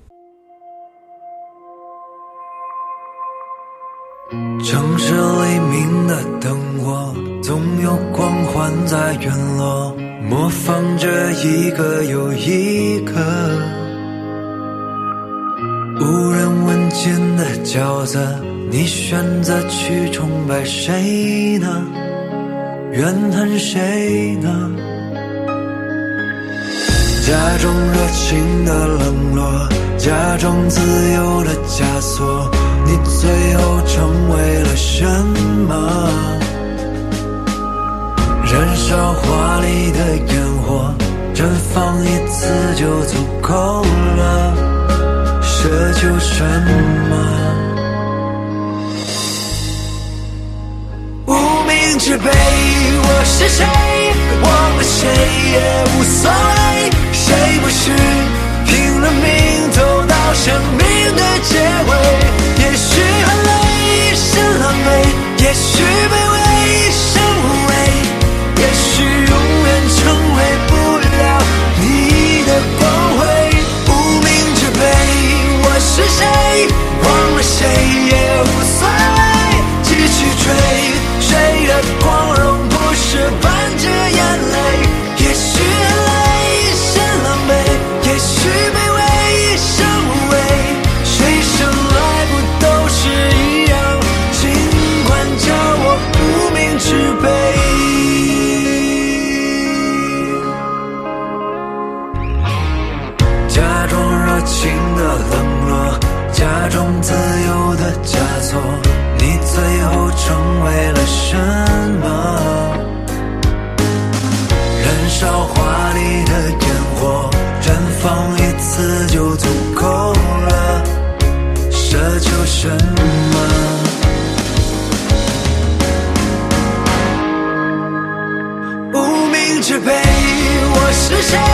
Speaker 7: 城市黎明的灯火，总有光环在陨落，模仿着一个又一个无人问津的角色。你选择去崇拜谁呢？怨恨谁呢？假装热情的冷落，假装自由的枷锁，你最后成为了什么？燃烧华丽的烟火，绽放一次就足够了，奢求什么？无名之辈，我是谁？忘了谁也无所谓，谁不是拼了命走到生命的结尾？也许很累，是狼狈；也许卑微，是无畏；也许永远成为不了你的光辉。无名之辈，我是谁？忘了谁也无所谓。继续追，谁的光荣不是伴着眼泪？也许很累是狼狈，也许卑微是无畏。谁生来不都是一样？尽管叫我无名之辈。假装热情的冷落，假装自由的枷锁，你最后成为了什么？燃烧华丽的烟火，绽放一次就足够了，奢求什么？无名之辈，我是谁？